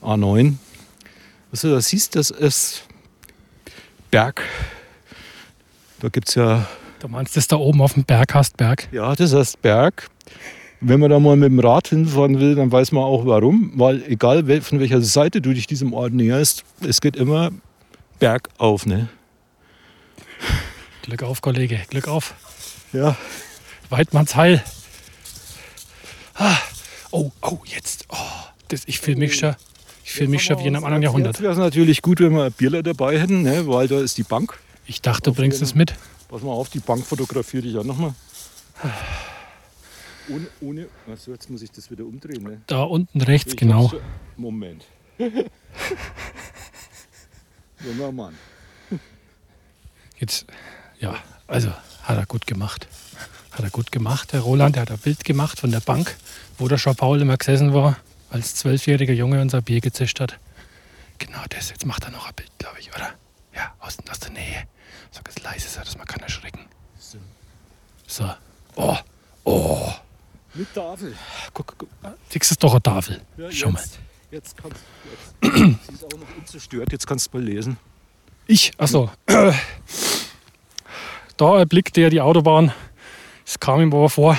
Speaker 3: A9. Was du Also, da siehst, das ist Berg. Da gibt es ja
Speaker 2: du meinst das da oben auf dem Berg, Hastberg?
Speaker 3: Ja, das heißt Berg. Wenn man da mal mit dem Rad hinfahren will, dann weiß man auch warum. Weil egal wel- von welcher Seite du dich diesem Ort näherst, es geht immer bergauf. Ne?
Speaker 2: Glück auf, Kollege, Glück auf.
Speaker 3: Ja.
Speaker 2: Weidmanns Heil. Ah, oh, oh, jetzt. Oh, das, ich fühle mich schon, ich fühl mich schon wie in einem anderen Jahrhundert.
Speaker 3: Jetzt wäre es natürlich gut, wenn wir ein Bierler dabei hätten, ne? weil da ist die Bank.
Speaker 2: Ich dachte, du bringst es mit.
Speaker 3: Pass mal auf, die Bank fotografiere ich auch nochmal. Ohne, ohne. Achso, jetzt muss ich das wieder umdrehen. Ne?
Speaker 2: Da unten rechts,
Speaker 3: Ich
Speaker 2: genau.
Speaker 3: hab's schon- Moment. Junger Mann.
Speaker 2: Jetzt, ja, also hat er gut gemacht. Hat er gut gemacht, Herr Roland. Er hat ein Bild gemacht von der Bank, wo der Jean-Paul immer gesessen war, als zwölfjähriger Junge unser Bier gezischt hat. Genau das. Jetzt macht er noch ein Bild, glaube ich, oder? Ja, aus, aus der Nähe. So ganz leise, so dass man kann erschrecken. So. Oh,
Speaker 3: Mit Tafel.
Speaker 2: guck, guck. Fix ist doch eine Tafel.
Speaker 3: Ja,
Speaker 2: Schau mal.
Speaker 3: jetzt, Jetzt kannst du. Jetzt. Sie ist auch noch unzerstört, jetzt kannst du mal lesen.
Speaker 2: Ich, achso. Da erblickte er die Autobahn. Es kam ihm aber vor,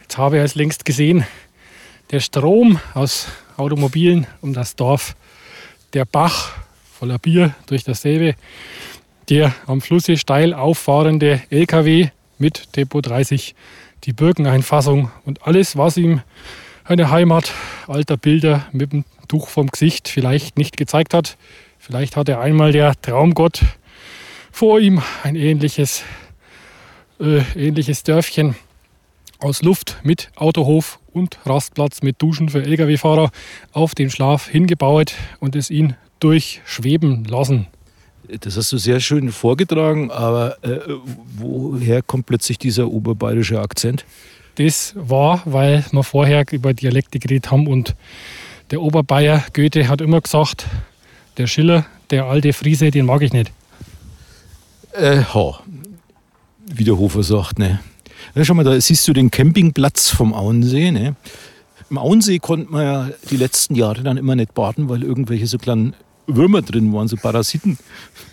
Speaker 2: jetzt habe er es längst gesehen. Der Strom aus Automobilen um das Dorf, der Bach voller Bier durch dasselbe, der am Flusse steil auffahrende LKW mit Depot 30, die Birkeneinfassung und alles, was ihm eine Heimat alter Bilder mit dem Tuch vom Gesicht vielleicht nicht gezeigt hat. Vielleicht hatte einmal der Traumgott vor ihm ein ähnliches, äh, ähnliches Dörfchen aus Luft mit Autohof und Rastplatz mit Duschen für Lkw-Fahrer auf den Schlaf hingebaut und es ihn durchschweben lassen.
Speaker 3: Das hast du sehr schön vorgetragen, aber äh, woher kommt plötzlich dieser oberbayerische Akzent?
Speaker 2: Das war, weil wir vorher über Dialekte geredet haben und der Oberbayer Goethe hat immer gesagt, der Schiller, der alte Friese, den mag ich nicht.
Speaker 3: Äh, ha. Wie der Hofer sagt, ne? Ja, schau mal, da siehst du den Campingplatz vom Auensee, ne? Im Auensee konnte man ja die letzten Jahre dann immer nicht baden, weil irgendwelche so kleinen Würmer drin waren, so Parasiten.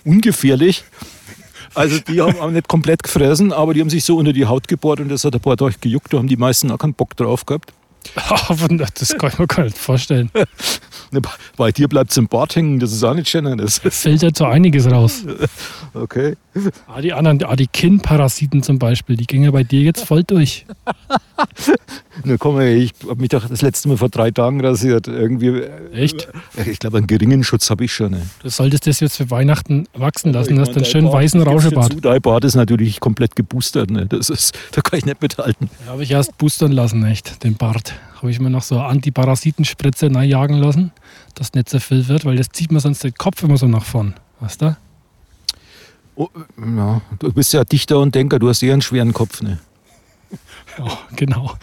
Speaker 3: Ungefährlich. Also die haben auch nicht komplett gefressen, aber die haben sich so unter die Haut gebohrt und das hat ein paar durchgejuckt. Da haben die meisten auch keinen Bock drauf gehabt.
Speaker 2: Ah, das kann ich mir gar nicht vorstellen.
Speaker 3: Ne, bei- Bei dir bleibt es im Bart hängen, das ist auch nicht schön. Das ist
Speaker 2: Fällt dazu einiges raus.
Speaker 3: okay.
Speaker 2: Ah, die anderen, ah, die Kinnparasiten zum Beispiel, die gingen bei dir jetzt voll durch.
Speaker 3: Na komm, ey, ich habe mich doch das letzte Mal vor drei Tagen rasiert. Irgendwie, äh,
Speaker 2: Echt?
Speaker 3: ich glaube, einen geringen Schutz habe ich schon. Ne?
Speaker 2: Du solltest das jetzt für Weihnachten wachsen lassen. Du
Speaker 3: Ich
Speaker 2: hast
Speaker 3: mein,
Speaker 2: einen
Speaker 3: dein
Speaker 2: schönen
Speaker 3: Bart-
Speaker 2: weißen
Speaker 3: ich geb's dir
Speaker 2: Rauschebart.
Speaker 3: zu, Dein Bart ist natürlich komplett geboostert. Ne? Das ist, da kann ich nicht mithalten.
Speaker 2: Den Habe ich erst boostern lassen, echt, den Bart. Habe ich mir noch so eine Antiparasitenspritze jagen lassen, dass nicht so viel wird, weil das zieht mir sonst den Kopf immer so nach vorn. Weißt du?
Speaker 3: Oh, ja, du bist ja Dichter und Denker, du hast eher einen schweren Kopf. Ne?
Speaker 2: Ja, genau.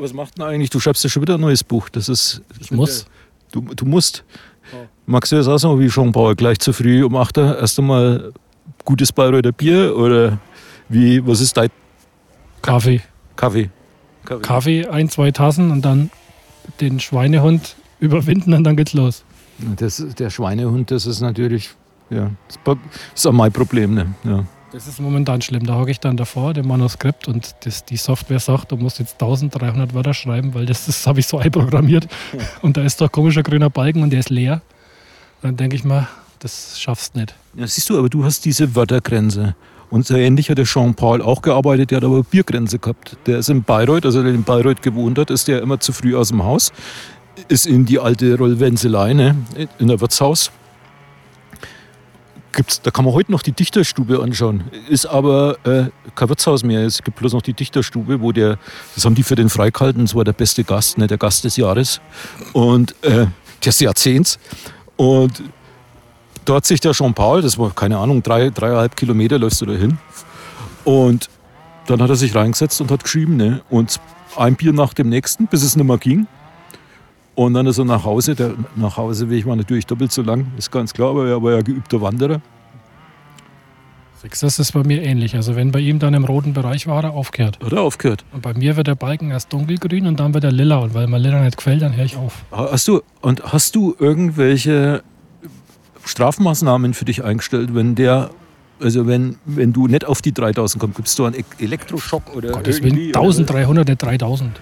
Speaker 3: Was macht denn eigentlich? Du schreibst ja schon wieder ein neues Buch. Das ist,
Speaker 2: Ich muss.
Speaker 3: Du, du musst. Magst du das auch so wie Jean-Paul gleich zu früh um 8 Uhr erst einmal gutes Bayreuther Bier oder wie, was ist dein
Speaker 2: Kaffee.
Speaker 3: Kaffee? Kaffee.
Speaker 2: Kaffee, ein, zwei Tassen und dann den Schweinehund überwinden und dann geht's los.
Speaker 3: Das, der Schweinehund, das ist natürlich, ja, das Pro- ist auch mein Problem. Ne? Ja.
Speaker 2: Das ist momentan schlimm. Da hocke ich dann davor, dem Manuskript, und das, die Software sagt, du musst jetzt 1300 Wörter schreiben, weil das, das habe ich so einprogrammiert. Und da ist doch komischer grüner Balken und der ist leer. Dann denke ich mal, das schaffst nicht.
Speaker 3: Ja, siehst du, aber du hast diese Wörtergrenze. Und so ähnlich hat der Jean-Paul auch gearbeitet, der hat aber Biergrenze gehabt. Der ist in Bayreuth, also der in Bayreuth gewohnt hat, ist der immer zu früh aus dem Haus, ist in die alte Rollwenzelei, ne, in der Wirtshaus. Gibt's, da kann man heute noch die Dichterstube anschauen. Ist aber äh, kein Wirtshaus mehr. Es gibt bloß noch die Dichterstube, wo der, das haben die für den freigehalten, das war der beste Gast, ne, der Gast des Jahres und äh, des Jahrzehnts. Und dort sich der Jean-Paul, das war, keine Ahnung, drei, dreieinhalb Kilometer läufst du da hin. Und dann hat er sich reingesetzt und hat geschrieben, ne? Und ein Bier nach dem nächsten, bis es nicht mehr ging. Und dann ist er nach Hause. Der, nach Hause Weg war natürlich doppelt so lang, ist ganz klar, aber er war ja geübter Wanderer.
Speaker 2: Sechs, das ist bei mir ähnlich. Also wenn bei ihm dann im roten Bereich war, hat er aufgehört.
Speaker 3: Hat er aufgehört.
Speaker 2: Und bei mir wird der Balken erst dunkelgrün und dann wird er lila. Und weil mir lila nicht gefällt, dann höre ich auf.
Speaker 3: Hast du, und hast du irgendwelche Strafmaßnahmen für dich eingestellt, wenn der, also wenn, wenn du nicht auf die 3000 kommst? Gibst du einen E- Elektroschock oder
Speaker 2: Gottes
Speaker 3: Äh, irgendwie,
Speaker 2: Willen,
Speaker 3: oder
Speaker 2: 1300, nicht 3000.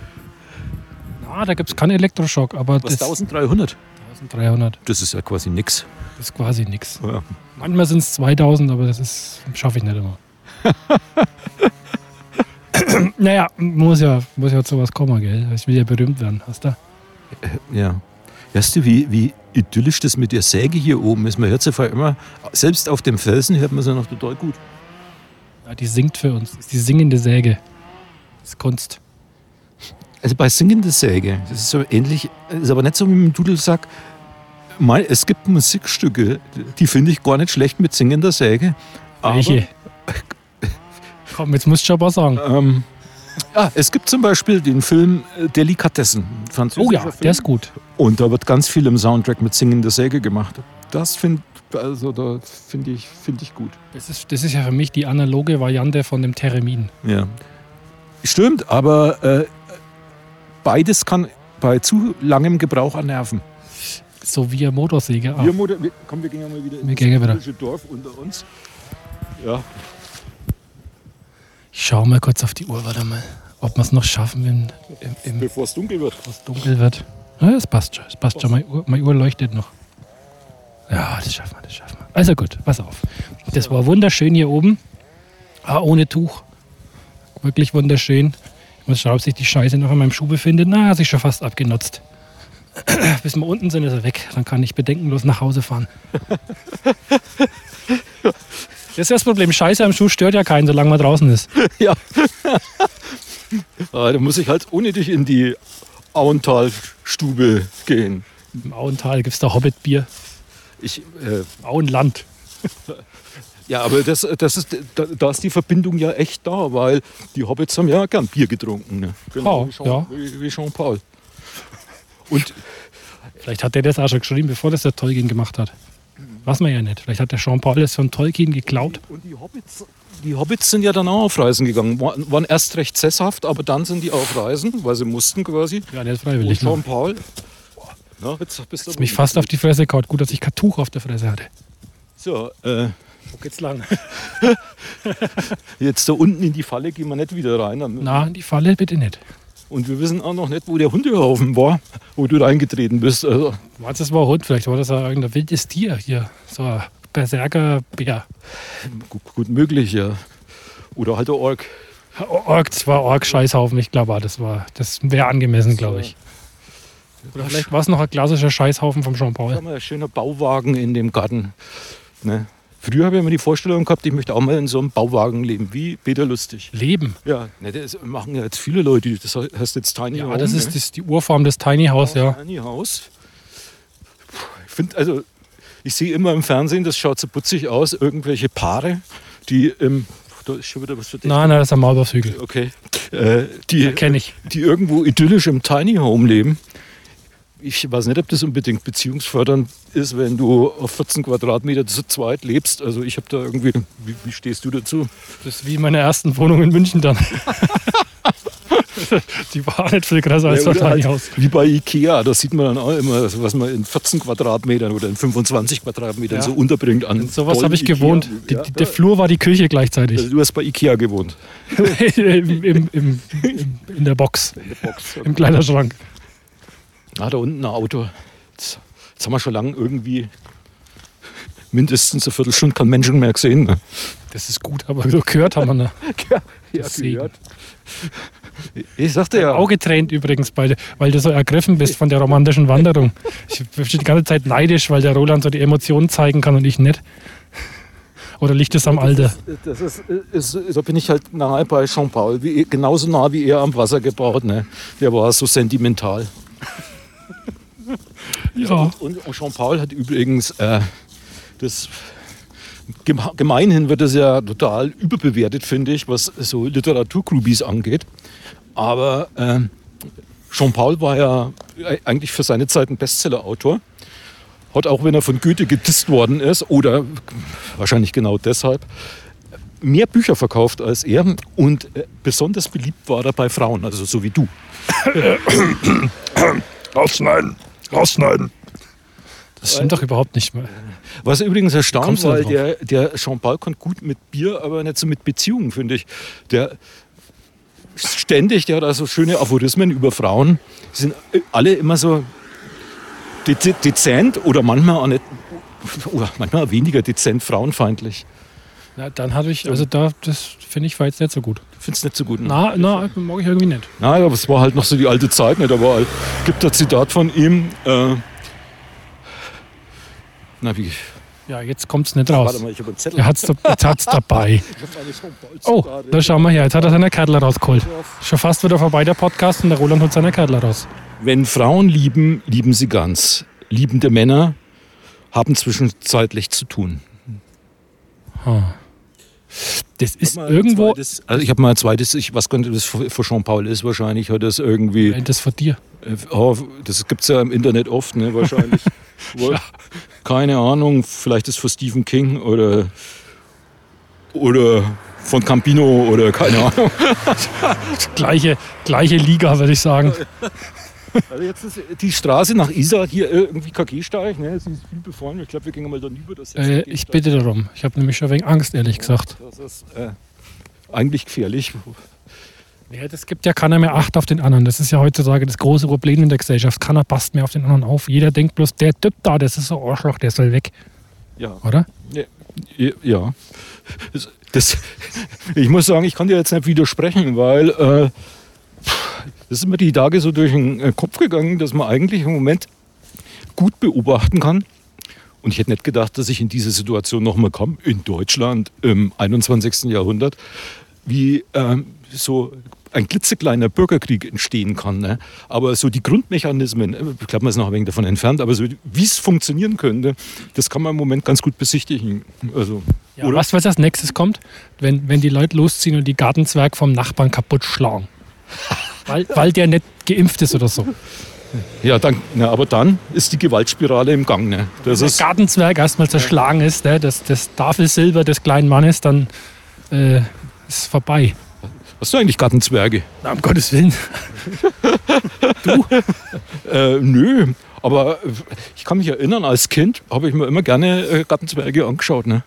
Speaker 2: Na, da gibt es keinen Elektroschock, aber
Speaker 3: Was,
Speaker 2: das
Speaker 3: 1300?
Speaker 2: 1300
Speaker 3: Das ist ja quasi nix.
Speaker 2: ist quasi nichts.
Speaker 3: Ja.
Speaker 2: Manchmal sind es 2000, aber das ist schaffe ich nicht immer. naja, muss ja, muss ja zu was kommen, gell? Ich will ja berühmt werden, hast du?
Speaker 3: ja. Weißt du, wie, wie idyllisch das mit der Säge hier oben ist? Man hört sie vor allem immer, selbst auf dem Felsen hört man sie noch total gut.
Speaker 2: Ja, die singt für uns. Das ist die singende Säge. Das ist Kunst.
Speaker 3: Also bei singender Säge, das ist so ähnlich, ist aber nicht so wie mit dem Dudelsack. Mein, es gibt Musikstücke, die finde ich gar nicht schlecht mit singender Säge. aber-
Speaker 2: Welche? Komm, jetzt musst du schon was sagen.
Speaker 3: Ähm, ja, es gibt zum Beispiel den Film äh, Delikatessen.
Speaker 2: Oh
Speaker 3: französischer
Speaker 2: ja,
Speaker 3: Film.
Speaker 2: der ist gut.
Speaker 3: Und da wird ganz viel im Soundtrack mit singender Säge gemacht. Das finde also, da find ich, find ich gut.
Speaker 2: Das ist, das ist ja für mich die analoge Variante von dem Theremin.
Speaker 3: Ja. Stimmt, aber äh, beides kann bei zu langem Gebrauch an Nerven.
Speaker 2: So wie eine Motorsäge. auch.
Speaker 3: Wir, Mutter, wir, komm, wir gehen ja mal wieder in
Speaker 2: Wir gehen ja wieder.
Speaker 3: das Dorf unter uns. Ja.
Speaker 2: Ich schau mal kurz auf die Uhr, warte mal. Ob wir es noch schaffen, wenn im, im,
Speaker 3: Bevor es dunkel wird.
Speaker 2: es dunkel wird. Ja, es passt schon. Es passt schon. Meine Uhr, meine Uhr leuchtet noch. Ja, das schaffen wir, das schaffen wir. Also gut, pass auf. Das war wunderschön hier oben. Ah, ohne Tuch. Wirklich wunderschön. Ich muss schauen, ob sich die Scheiße noch in meinem Schuh befindet. Na, hat sich schon fast abgenutzt. Bis wir unten sind, ist er weg. Dann kann ich bedenkenlos nach Hause fahren. Das ist das Problem. Scheiße am Schuh stört ja keinen, solange man draußen ist.
Speaker 3: Ja. ah, da muss ich halt ohne dich in die Auentalstube gehen.
Speaker 2: Im Auental gibt es da Hobbitbier.
Speaker 3: Ich, äh,
Speaker 2: Auenland.
Speaker 3: ja, aber das, das ist, da, da ist die Verbindung ja echt da, weil die Hobbits haben ja gern Bier getrunken. Ne?
Speaker 2: Oh,
Speaker 3: wie Jean-
Speaker 2: ja.
Speaker 3: wie, wie Jean-Paul. Und
Speaker 2: Vielleicht hat der das auch schon geschrieben, bevor das der Tolkien gemacht hat. Was man ja nicht. Vielleicht hat der Jean-Paul das von Tolkien geklaut.
Speaker 3: Und die Hobbits, die Hobbits sind ja dann auch auf Reisen gegangen. Wa- Waren erst recht sesshaft, aber dann sind die auf Reisen, weil sie mussten quasi.
Speaker 2: Ja, der ist
Speaker 3: Und
Speaker 2: freiwillig. Ne?
Speaker 3: Jean-Paul. Na, jetzt bist du
Speaker 2: Mich fast auf die Fresse kaut. Gut, dass ich kein Tuch auf der Fresse hatte.
Speaker 3: So, äh,
Speaker 2: Wo geht's lang?
Speaker 3: Jetzt da unten in die Falle gehen wir nicht wieder rein.
Speaker 2: Na, in die Falle bitte nicht.
Speaker 3: Und wir wissen auch noch nicht, wo der Hundehaufen war, wo du reingetreten bist. Also,
Speaker 2: Meinst du, das war ein Hund? Vielleicht war das ja irgendein wildes Tier hier. So ein Berserker-Bär.
Speaker 3: gut, gut möglich, ja. Oder halt der Ork.
Speaker 2: Org, das war Org-Scheißhaufen. Ich glaube, das war, das wäre angemessen, glaube ich. Oder vielleicht war es noch ein klassischer Scheißhaufen vom
Speaker 3: Da
Speaker 2: Jean-Paul.
Speaker 3: haben wir einen schönen Bauwagen in dem Garten. Ne? Früher habe ich immer die Vorstellung gehabt, ich möchte auch mal in so einem Bauwagen leben, wie Peter Lustig.
Speaker 2: Leben.
Speaker 3: Ja, ne, das machen ja jetzt viele Leute. Das heißt jetzt Tiny
Speaker 2: Ja,
Speaker 3: Home.
Speaker 2: das
Speaker 3: ne?
Speaker 2: ist das, die Urform des Tiny House, ja.
Speaker 3: Tiny House. Ich finde, also, ich sehe immer im Fernsehen, das schaut so putzig aus, irgendwelche Paare, die im. Da ist schon wieder was verdeckt.
Speaker 2: Nein, nein, das ist ein Maulwurfshügel.
Speaker 3: Okay. Äh, die,
Speaker 2: Kenne ich.
Speaker 3: die irgendwo idyllisch im Tiny Home leben. Ich weiß nicht, ob das unbedingt beziehungsfördernd ist, wenn du auf 14 Quadratmeter zu zweit lebst. Also ich habe da irgendwie, wie, wie stehst du dazu?
Speaker 2: Das ist wie meine ersten Wohnung in München dann. die war nicht viel krasser als
Speaker 3: Ja,
Speaker 2: das
Speaker 3: oder
Speaker 2: Tiny
Speaker 3: halt
Speaker 2: House.
Speaker 3: Wie bei Ikea, das sieht man dann auch immer, also was man in 14 Quadratmetern oder in 25 Quadratmetern
Speaker 2: Ja.
Speaker 3: so unterbringt. An
Speaker 2: Und sowas
Speaker 3: tollen
Speaker 2: habe ich
Speaker 3: Ikea.
Speaker 2: gewohnt. Die,
Speaker 3: Ja,
Speaker 2: die,
Speaker 3: da,
Speaker 2: der Flur war die Küche gleichzeitig.
Speaker 3: also du hast bei Ikea gewohnt.
Speaker 2: Im, im, im, im, in der Box, im Kleiderschrank.
Speaker 3: Ah, da unten ein Auto. Jetzt, jetzt haben wir schon lange irgendwie mindestens eine Viertelstunde kein Menschen mehr gesehen. Ne?
Speaker 2: Das ist gut, aber so gehört haben wir. Ne?
Speaker 3: Ja,
Speaker 2: Deswegen. gehört.
Speaker 3: Ich sagte ja,
Speaker 2: Auge tränt übrigens, weil, weil du so ergriffen bist von der romantischen Wanderung. Ich bin schon die ganze Zeit neidisch, weil der Roland so die Emotionen zeigen kann und ich nicht. Oder liegt es am Alter?
Speaker 3: das ist, ist, ist, da bin ich halt nahe bei Jean-Paul, wie, genauso nah wie er am Wasser gebaut. Ne? Der war so sentimental.
Speaker 2: Ja.
Speaker 3: Und Jean-Paul hat übrigens, äh, das gem- gemeinhin wird das ja total überbewertet, finde ich, was so Literaturgrubis angeht. Aber äh, Jean-Paul war ja eigentlich für seine Zeit ein Bestsellerautor. Hat auch, wenn er von Goethe gedisst worden ist, oder wahrscheinlich genau deshalb, mehr Bücher verkauft als er. Und äh, besonders beliebt war er bei Frauen, also so wie du.
Speaker 1: Rausschneiden, rausschneiden.
Speaker 2: Das stimmt doch überhaupt nicht mehr.
Speaker 3: Was übrigens erstaunt
Speaker 2: Kommst du da halt
Speaker 3: weil
Speaker 2: drauf?
Speaker 3: der, der Jean-Paul konnte gut mit Bier, aber nicht so mit Beziehungen, finde ich. Der ständig, der hat also schöne Aphorismen über Frauen, die sind alle immer so de de dezent oder manchmal auch nicht, oder manchmal weniger dezent frauenfeindlich.
Speaker 2: Na, dann hatte ich, also da, das finde ich war jetzt nicht so gut.
Speaker 3: Ich finde es nicht so gut. Na,
Speaker 2: Na, na, mag ich irgendwie nicht.
Speaker 3: aber es war halt noch so die alte Zeit nicht, aber äh, gibt ein Zitat von ihm, äh, na wie,
Speaker 2: Ja, jetzt kommt es nicht raus.
Speaker 3: mal, ich habe einen Zettel.
Speaker 2: Er hat es dabei. Oh, da schauen wir her. Jetzt hat er seine Kärtler rausgeholt. Schon fast wieder vorbei der Podcast und der Roland holt seine Kärtler raus.
Speaker 3: Wenn Frauen lieben, lieben sie ganz. Liebende Männer haben zwischenzeitlich zu tun.
Speaker 2: Das ist irgendwo.
Speaker 3: also ich habe mal ein zweites, ich weiß gar nicht, das für für Jean-Paul ist wahrscheinlich, hat das irgendwie,
Speaker 2: Das von dir.
Speaker 3: äh, oh, das gibt es ja im Internet oft, ne, wahrscheinlich. Wo- Keine Ahnung, vielleicht ist für Stephen King oder, oder von Campino oder keine Ahnung.
Speaker 2: Gleiche, gleiche Liga, würde ich sagen.
Speaker 3: Also jetzt ist die Straße nach Isar hier irgendwie KG-Steig, ne, sie ist viel befreundet. Ich glaube, wir gehen mal dann über das
Speaker 2: Äh, ich bitte darum. Ich habe nämlich schon wegen Angst, ehrlich gesagt.
Speaker 3: Das ist äh, eigentlich gefährlich.
Speaker 2: Ja, das gibt ja keiner mehr Acht auf den anderen. Das ist ja heutzutage das große Problem in der Gesellschaft. Keiner passt mehr auf den anderen auf. Jeder denkt bloß, der Typ da, das ist so Arschloch, der soll weg,
Speaker 3: Ja.
Speaker 2: oder?
Speaker 3: ja. Das, Also, das, ich muss sagen, ich kann dir jetzt nicht widersprechen, weil äh, das ist mir die Tage so durch den äh, Kopf gegangen, dass man eigentlich im Moment gut beobachten kann. Und ich hätte nicht gedacht, dass ich in diese Situation nochmal komme, in Deutschland im 21. Jahrhundert, wie ähm, so ein klitzekleiner Bürgerkrieg entstehen kann. Ne? Aber so die Grundmechanismen, äh, ich glaube, man ist noch ein wenig davon entfernt, aber so wie es funktionieren könnte, das kann man im Moment ganz gut besichtigen. Also,
Speaker 2: Ja, Oder? Was, was als nächstes kommt, wenn, wenn die Leute losziehen und die Gartenzwerg vom Nachbarn kaputt schlagen. Weil, weil der nicht geimpft ist oder so.
Speaker 3: ja dann, na, aber dann ist die Gewaltspirale im Gang. Ne? Das
Speaker 2: Wenn
Speaker 3: ist,
Speaker 2: der Gartenzwerg erstmal zerschlagen ist, ne, das, das Tafelsilber des kleinen Mannes, dann äh, ist es vorbei.
Speaker 3: hast du eigentlich Gartenzwerge?
Speaker 2: Na, um Gottes Willen.
Speaker 3: Äh, nö, aber äh, ich kann mich erinnern, als Kind habe ich mir immer gerne äh, Gartenzwerge angeschaut. Ne?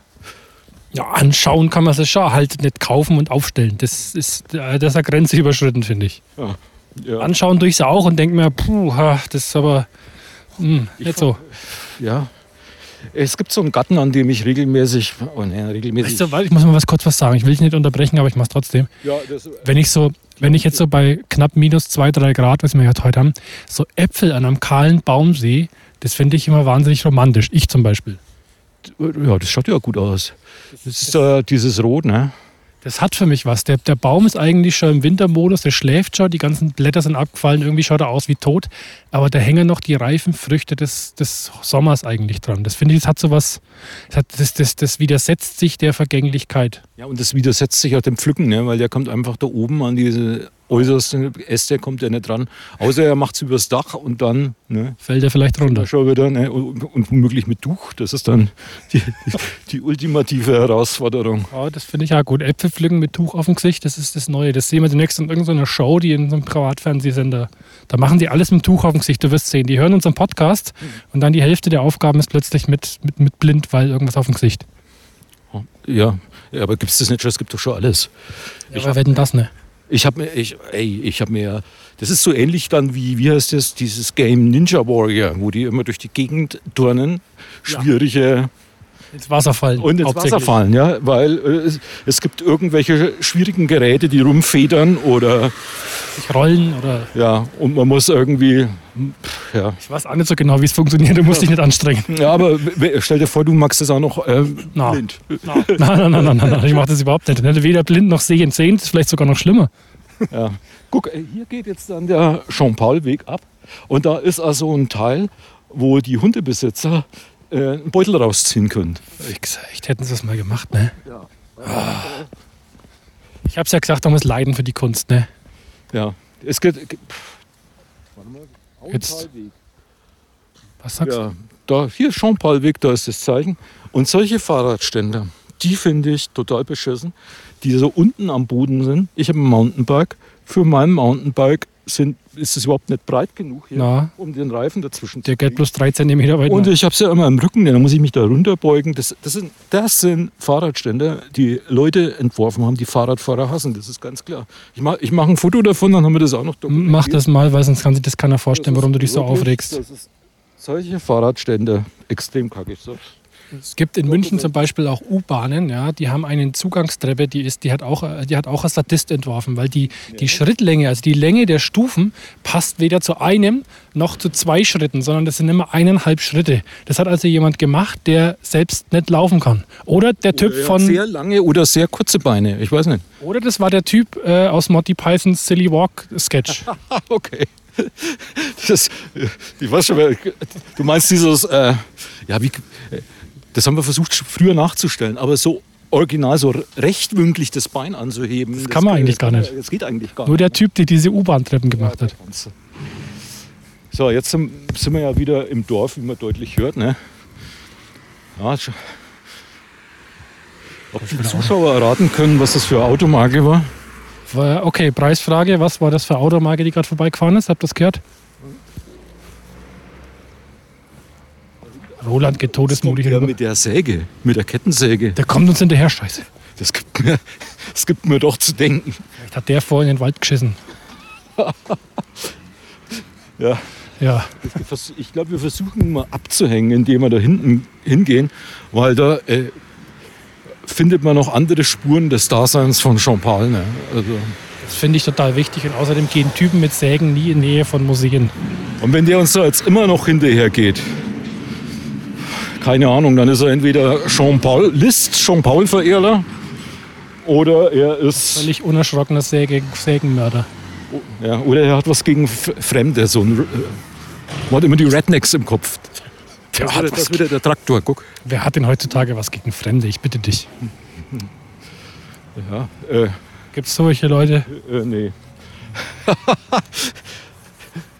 Speaker 2: Ja, anschauen kann man es schon, halt nicht kaufen und aufstellen. Das ist, äh, das ist eine Grenze überschritten, finde ich.
Speaker 3: Ja.
Speaker 2: Anschauen tue ich es auch und denke mir, puh, ha, das ist aber mh, nicht so.
Speaker 3: Ja. Es gibt so einen Garten, an dem ich regelmäßig. Oh nein, regelmäßig.
Speaker 2: Weißt du, weil ich muss mal was kurz was sagen. Ich will dich nicht unterbrechen, aber ich mache es trotzdem.
Speaker 3: ja, das,
Speaker 2: Wenn ich so, wenn ich jetzt so bei knapp minus zwei, drei Grad, was wir ja heute haben, so Äpfel an einem kahlen Baum sehe, das finde ich immer wahnsinnig romantisch. Ich zum Beispiel.
Speaker 3: ja, das schaut ja gut aus. Das ist äh, dieses Rot, ne?
Speaker 2: Das hat für mich was. Der, der Baum ist eigentlich schon im Wintermodus, der schläft schon, die ganzen Blätter sind abgefallen, irgendwie schaut er aus wie tot. Aber da hängen noch die reifen Früchte des, des Sommers eigentlich dran. Das finde ich, das hat so was, das, hat, das, das, das widersetzt sich der Vergänglichkeit.
Speaker 3: Ja, und das widersetzt sich auch dem Pflücken, ne? weil der kommt einfach da oben an diese äußersten Äste, kommt der nicht dran. Außer er macht es übers Dach und dann, ne?
Speaker 2: Fällt er vielleicht
Speaker 3: Da
Speaker 2: runter.
Speaker 3: schon wieder, ne? Und, und womöglich mit Tuch, das ist dann die, die ultimative Herausforderung.
Speaker 2: Ja, Oh, das finde ich ja gut. Äpfel pflücken mit Tuch auf dem Gesicht, das ist das Neue. Das sehen wir demnächst in irgendeiner Show, die in so einem Privatfernsehsender. Da machen die alles mit dem Tuch auf dem Gesicht. Du wirst sehen, die hören unseren Podcast und dann die Hälfte der Aufgaben ist plötzlich mit, mit, mit blind, weil irgendwas auf dem Gesicht.
Speaker 3: Ja, ja aber gibt es das nicht schon? Es gibt doch schon alles.
Speaker 2: Ich aber wetten das, ne?
Speaker 3: Ich habe mir, ich, ey, ich habe mir, das ist so ähnlich dann wie, wie heißt das, dieses Game Ninja Warrior, wo die immer durch die Gegend turnen, schwierige
Speaker 2: Ins Wasser fallen.
Speaker 3: und ins
Speaker 2: hauptsächlich.
Speaker 3: Wasser fallen, ja, weil äh, es, es gibt irgendwelche schwierigen Geräte, die rumfedern oder
Speaker 2: Sich rollen oder
Speaker 3: ja, und man muss irgendwie, pff, ja.
Speaker 2: ich weiß auch nicht so genau, wie es funktioniert. Du musst dich nicht anstrengen.
Speaker 3: Ja, aber w- w- stell dir vor, du magst es auch noch ähm,
Speaker 2: Na.
Speaker 3: blind.
Speaker 2: Nein, nein, nein, nein, nein, nein. ich mache das überhaupt nicht. Weder blind noch sehend. Sehend ist vielleicht sogar noch schlimmer.
Speaker 3: Ja. Guck, äh, hier geht jetzt dann der Jean-Paul-Weg ab. Und da ist also ein Teil, wo die Hundebesitzer äh, einen Beutel rausziehen können.
Speaker 2: Wie gesagt, hätten sie es mal gemacht, ne? Ja. Ich hab's ja gesagt, man muss leiden für die Kunst, ne?
Speaker 3: Ja. Es geht. ge-
Speaker 2: Jetzt. Was sagst du?
Speaker 3: Ja. Da, hier Jean-Paul-Weg, da ist das Zeichen. Und solche Fahrradständer, die finde ich total beschissen, die so unten am Boden sind. Ich habe ein Mountainbike. Für mein Mountainbike sind, ist es überhaupt nicht breit genug hier,
Speaker 2: Na.
Speaker 3: um den Reifen dazwischen
Speaker 2: Der
Speaker 3: kriegen.
Speaker 2: geht bloß drei Zentimeter weit.
Speaker 3: Und
Speaker 2: nach.
Speaker 3: ich habe es ja immer im Rücken, dann muss ich mich da runterbeugen. Das, das, sind, das sind Fahrradständer, die Leute entworfen haben, die Fahrradfahrer hassen. Das ist ganz klar. Ich mache ich mach ein Foto davon, dann haben wir das auch noch dokumentiert.
Speaker 2: Mach das mal, weil sonst kann sich das keiner vorstellen, warum du dich so
Speaker 3: Wirklich,
Speaker 2: aufregst.
Speaker 3: Das ist solche Fahrradstände, extrem kackig. So.
Speaker 2: Es gibt in München zum Beispiel auch U-Bahnen, ja, die haben eine Zugangstreppe, die ist, die hat auch, äh, die hat auch ein Statist entworfen, weil die, die Schrittlänge, also die Länge der Stufen, passt weder zu einem noch zu zwei Schritten, sondern das sind immer eineinhalb Schritte. Das hat also jemand gemacht, der selbst nicht laufen kann. Oder der Typ von
Speaker 3: sehr lange oder sehr kurze Beine, ich weiß nicht.
Speaker 2: Oder das war der Typ äh, aus Monty Pythons Silly Walk Sketch.
Speaker 3: Ah, okay. Das, ich weiß schon, wer- du meinst dieses, äh, ja, wie, das haben wir versucht früher nachzustellen, aber so original, so rechtwinklig das Bein anzuheben. Das
Speaker 2: kann man eigentlich gar nicht.
Speaker 3: Das geht eigentlich gar
Speaker 2: Nur
Speaker 3: nicht.
Speaker 2: der Typ, der diese U-Bahn-Treppen gemacht hat.
Speaker 3: So, jetzt sind, sind wir ja wieder im Dorf, wie man deutlich hört. Ne? Ja, sch- ob die Zuschauer erraten können, was das für eine Automarke war?
Speaker 2: War- Okay, Preisfrage. Was war das für Automarke, die gerade vorbeigefahren ist? Habt ihr das gehört? Roland geht todesmutig
Speaker 3: ja,
Speaker 2: rüber.
Speaker 3: mit der Säge, mit der Kettensäge.
Speaker 2: Der kommt uns hinterher, scheiße.
Speaker 3: Das gibt mir, das gibt mir doch zu denken.
Speaker 2: Vielleicht hat der vorhin in den Wald geschissen.
Speaker 3: Ja.
Speaker 2: Ja,
Speaker 3: Ich glaube, wir versuchen mal abzuhängen, indem wir da hinten hingehen, weil da äh, findet man noch andere Spuren des Daseins von Champagne. Ne? Also,
Speaker 2: das finde ich total wichtig. Und außerdem gehen Typen mit Sägen nie in Nähe von Museen.
Speaker 3: und wenn der uns da jetzt immer noch hinterher geht, keine Ahnung, dann ist er entweder Jean-Paul List, Jean-Paul-Verehrer, oder er ist
Speaker 2: Völlig unerschrockener Säge Sägenmörder.
Speaker 3: ja, oder er hat was gegen F- Fremde, so ein, äh, man hat immer die Rednecks im Kopf.
Speaker 2: Wer
Speaker 3: Ah,
Speaker 2: hat,
Speaker 3: das
Speaker 2: was,
Speaker 3: ist wieder der Traktor, guck.
Speaker 2: wer hat denn heutzutage was gegen Fremde? Ich bitte dich.
Speaker 3: Ja, äh,
Speaker 2: Gibt es solche Leute?
Speaker 3: Äh, nee.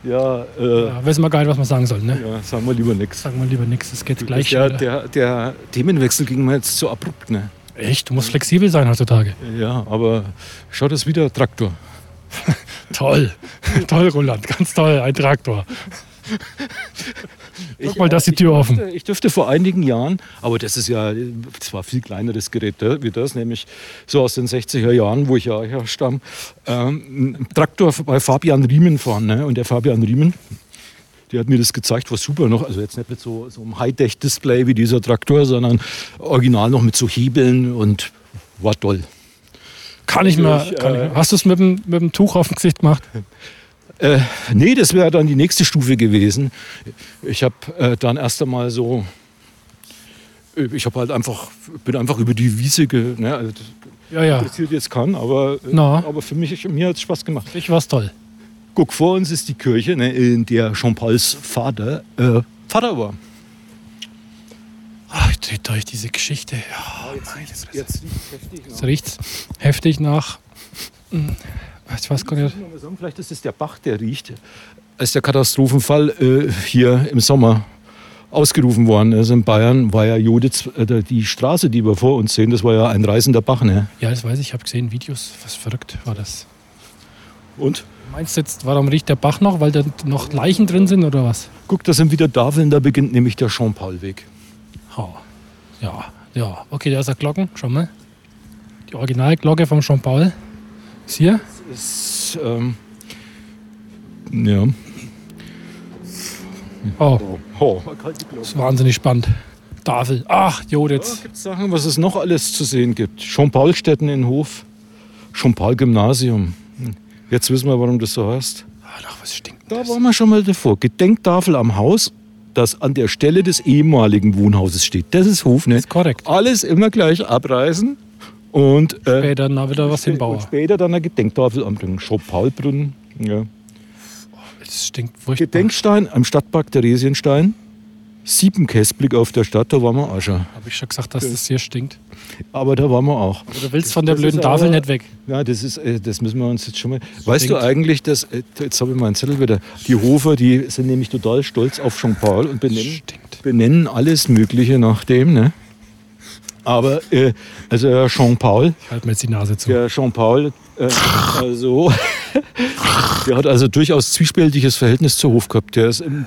Speaker 3: ja, äh,
Speaker 2: Ja, wissen wir gar nicht, was wir sagen sollen, ne?
Speaker 3: ja, sagen wir lieber nichts.
Speaker 2: Sagen wir lieber nichts, es geht gleich
Speaker 3: Der,
Speaker 2: wieder.
Speaker 3: der, der Themenwechsel ging mir jetzt zu abrupt, ne?
Speaker 2: Echt, du musst flexibel sein heutzutage.
Speaker 3: Ja, aber schau das wieder, Traktor.
Speaker 2: Toll. toll, Roland, ganz toll, ein Traktor. Guck mal, da ist die Tür offen.
Speaker 3: Ich dürfte vor einigen Jahren, aber das ist ja äh, zwar viel kleineres Gerät äh, wie das, nämlich so aus den 60er Jahren, wo ich ja herstamme, ähm, einen Traktor bei Fabian Riemen fahren. Ne? Und der Fabian Riemen, der hat mir das gezeigt, war super noch. Also jetzt nicht mit so, so einem Hightech-Display wie dieser Traktor, sondern original noch mit so Hebeln und war toll.
Speaker 2: Kann ich mal.
Speaker 3: Natürlich,
Speaker 2: Kann ich,
Speaker 3: äh,
Speaker 2: hast du es mit, dem- mit dem Tuch auf dem Gesicht gemacht?
Speaker 3: Äh, nee, das wäre dann die nächste Stufe gewesen. Ich habe äh, dann erst einmal so, ich habe halt einfach, bin einfach über die Wiese, ge, ne, also das
Speaker 2: Ja, ja.
Speaker 3: interessiert jetzt kann, aber, äh,
Speaker 2: Na.
Speaker 3: aber für mich, mir hat es Spaß gemacht.
Speaker 2: Ich war's toll.
Speaker 3: Guck, vor uns ist die Kirche, ne, in der Jean-Pauls Vater äh, Vater war.
Speaker 2: Ach, dreht Ah, euch diese Geschichte. Ja,
Speaker 3: Ah, Jetzt heftig ne?
Speaker 2: jetzt riecht's heftig nach. Hm, Ich weiß gar nicht.
Speaker 3: Vielleicht ist es der Bach, der riecht, als der Katastrophenfall äh, hier im Sommer ausgerufen worden ist in Bayern, war ja Joditz, äh, die Straße, die wir vor uns sehen, das war ja ein reißender Bach. Ne?
Speaker 2: Ja, das weiß ich. Ich habe gesehen Videos. Was verrückt war das.
Speaker 3: Und
Speaker 2: Meinst du jetzt, warum riecht der Bach noch? Weil da noch Leichen drin sind oder was?
Speaker 3: guck, da sind wieder Tafeln, da beginnt nämlich der Jean-Paul-Weg.
Speaker 2: Oh. Ja, ja. Okay, da ist eine Glocken. Schau mal. Die Originalglocke vom Jean-Paul. Ist hier.
Speaker 3: Das, Ähm, ja.
Speaker 2: Oh,
Speaker 3: Oh.
Speaker 2: das ist wahnsinnig spannend. Tafel. Ach, Joditz.
Speaker 3: Gibt es Sachen, was es noch alles zu sehen gibt? Jean-Paul-Stätten in Hof, Jean-Paul-Gymnasium. Jetzt wissen wir, warum das so heißt.
Speaker 2: Ach, Ah, was stinkt
Speaker 3: Da
Speaker 2: das?
Speaker 3: waren wir schon mal davor. Gedenktafel am Haus, das an der Stelle des ehemaligen Wohnhauses steht. Das ist Hof, ne?
Speaker 2: Das ist korrekt.
Speaker 3: Alles immer gleich abreißen und, äh,
Speaker 2: Später dann wieder was
Speaker 3: und
Speaker 2: hinbauen.
Speaker 3: später dann eine Gedenktafel anbringen. Schopp-Paulbrunnen. Ja.
Speaker 2: Das stinkt furchtbar.
Speaker 3: Gedenkstein am Stadtpark Theresienstein. Siebenkästblick auf der Stadt, da waren wir auch schon.
Speaker 2: Habe ich schon gesagt, dass das hier stinkt.
Speaker 3: Aber da waren wir auch.
Speaker 2: Aber du willst von der
Speaker 3: das
Speaker 2: blöden
Speaker 3: ist aber-
Speaker 2: Tafel nicht weg.
Speaker 3: Ja, das ist, äh, das müssen wir uns jetzt schon mal. weißt du
Speaker 2: stinkt.
Speaker 3: eigentlich, dass, äh, jetzt habe ich meinen Zettel wieder, die Hofer, die sind nämlich total stolz auf Jean Paul und benennen,
Speaker 2: Stinkt.
Speaker 3: benennen alles Mögliche nach dem, ne? Aber, äh, also Herr Jean Paul,
Speaker 2: Halt mir jetzt die Nase zu.
Speaker 3: der Jean Paul, äh, also, der hat also durchaus zwiespältiges Verhältnis zu Hof gehabt. Der ist im,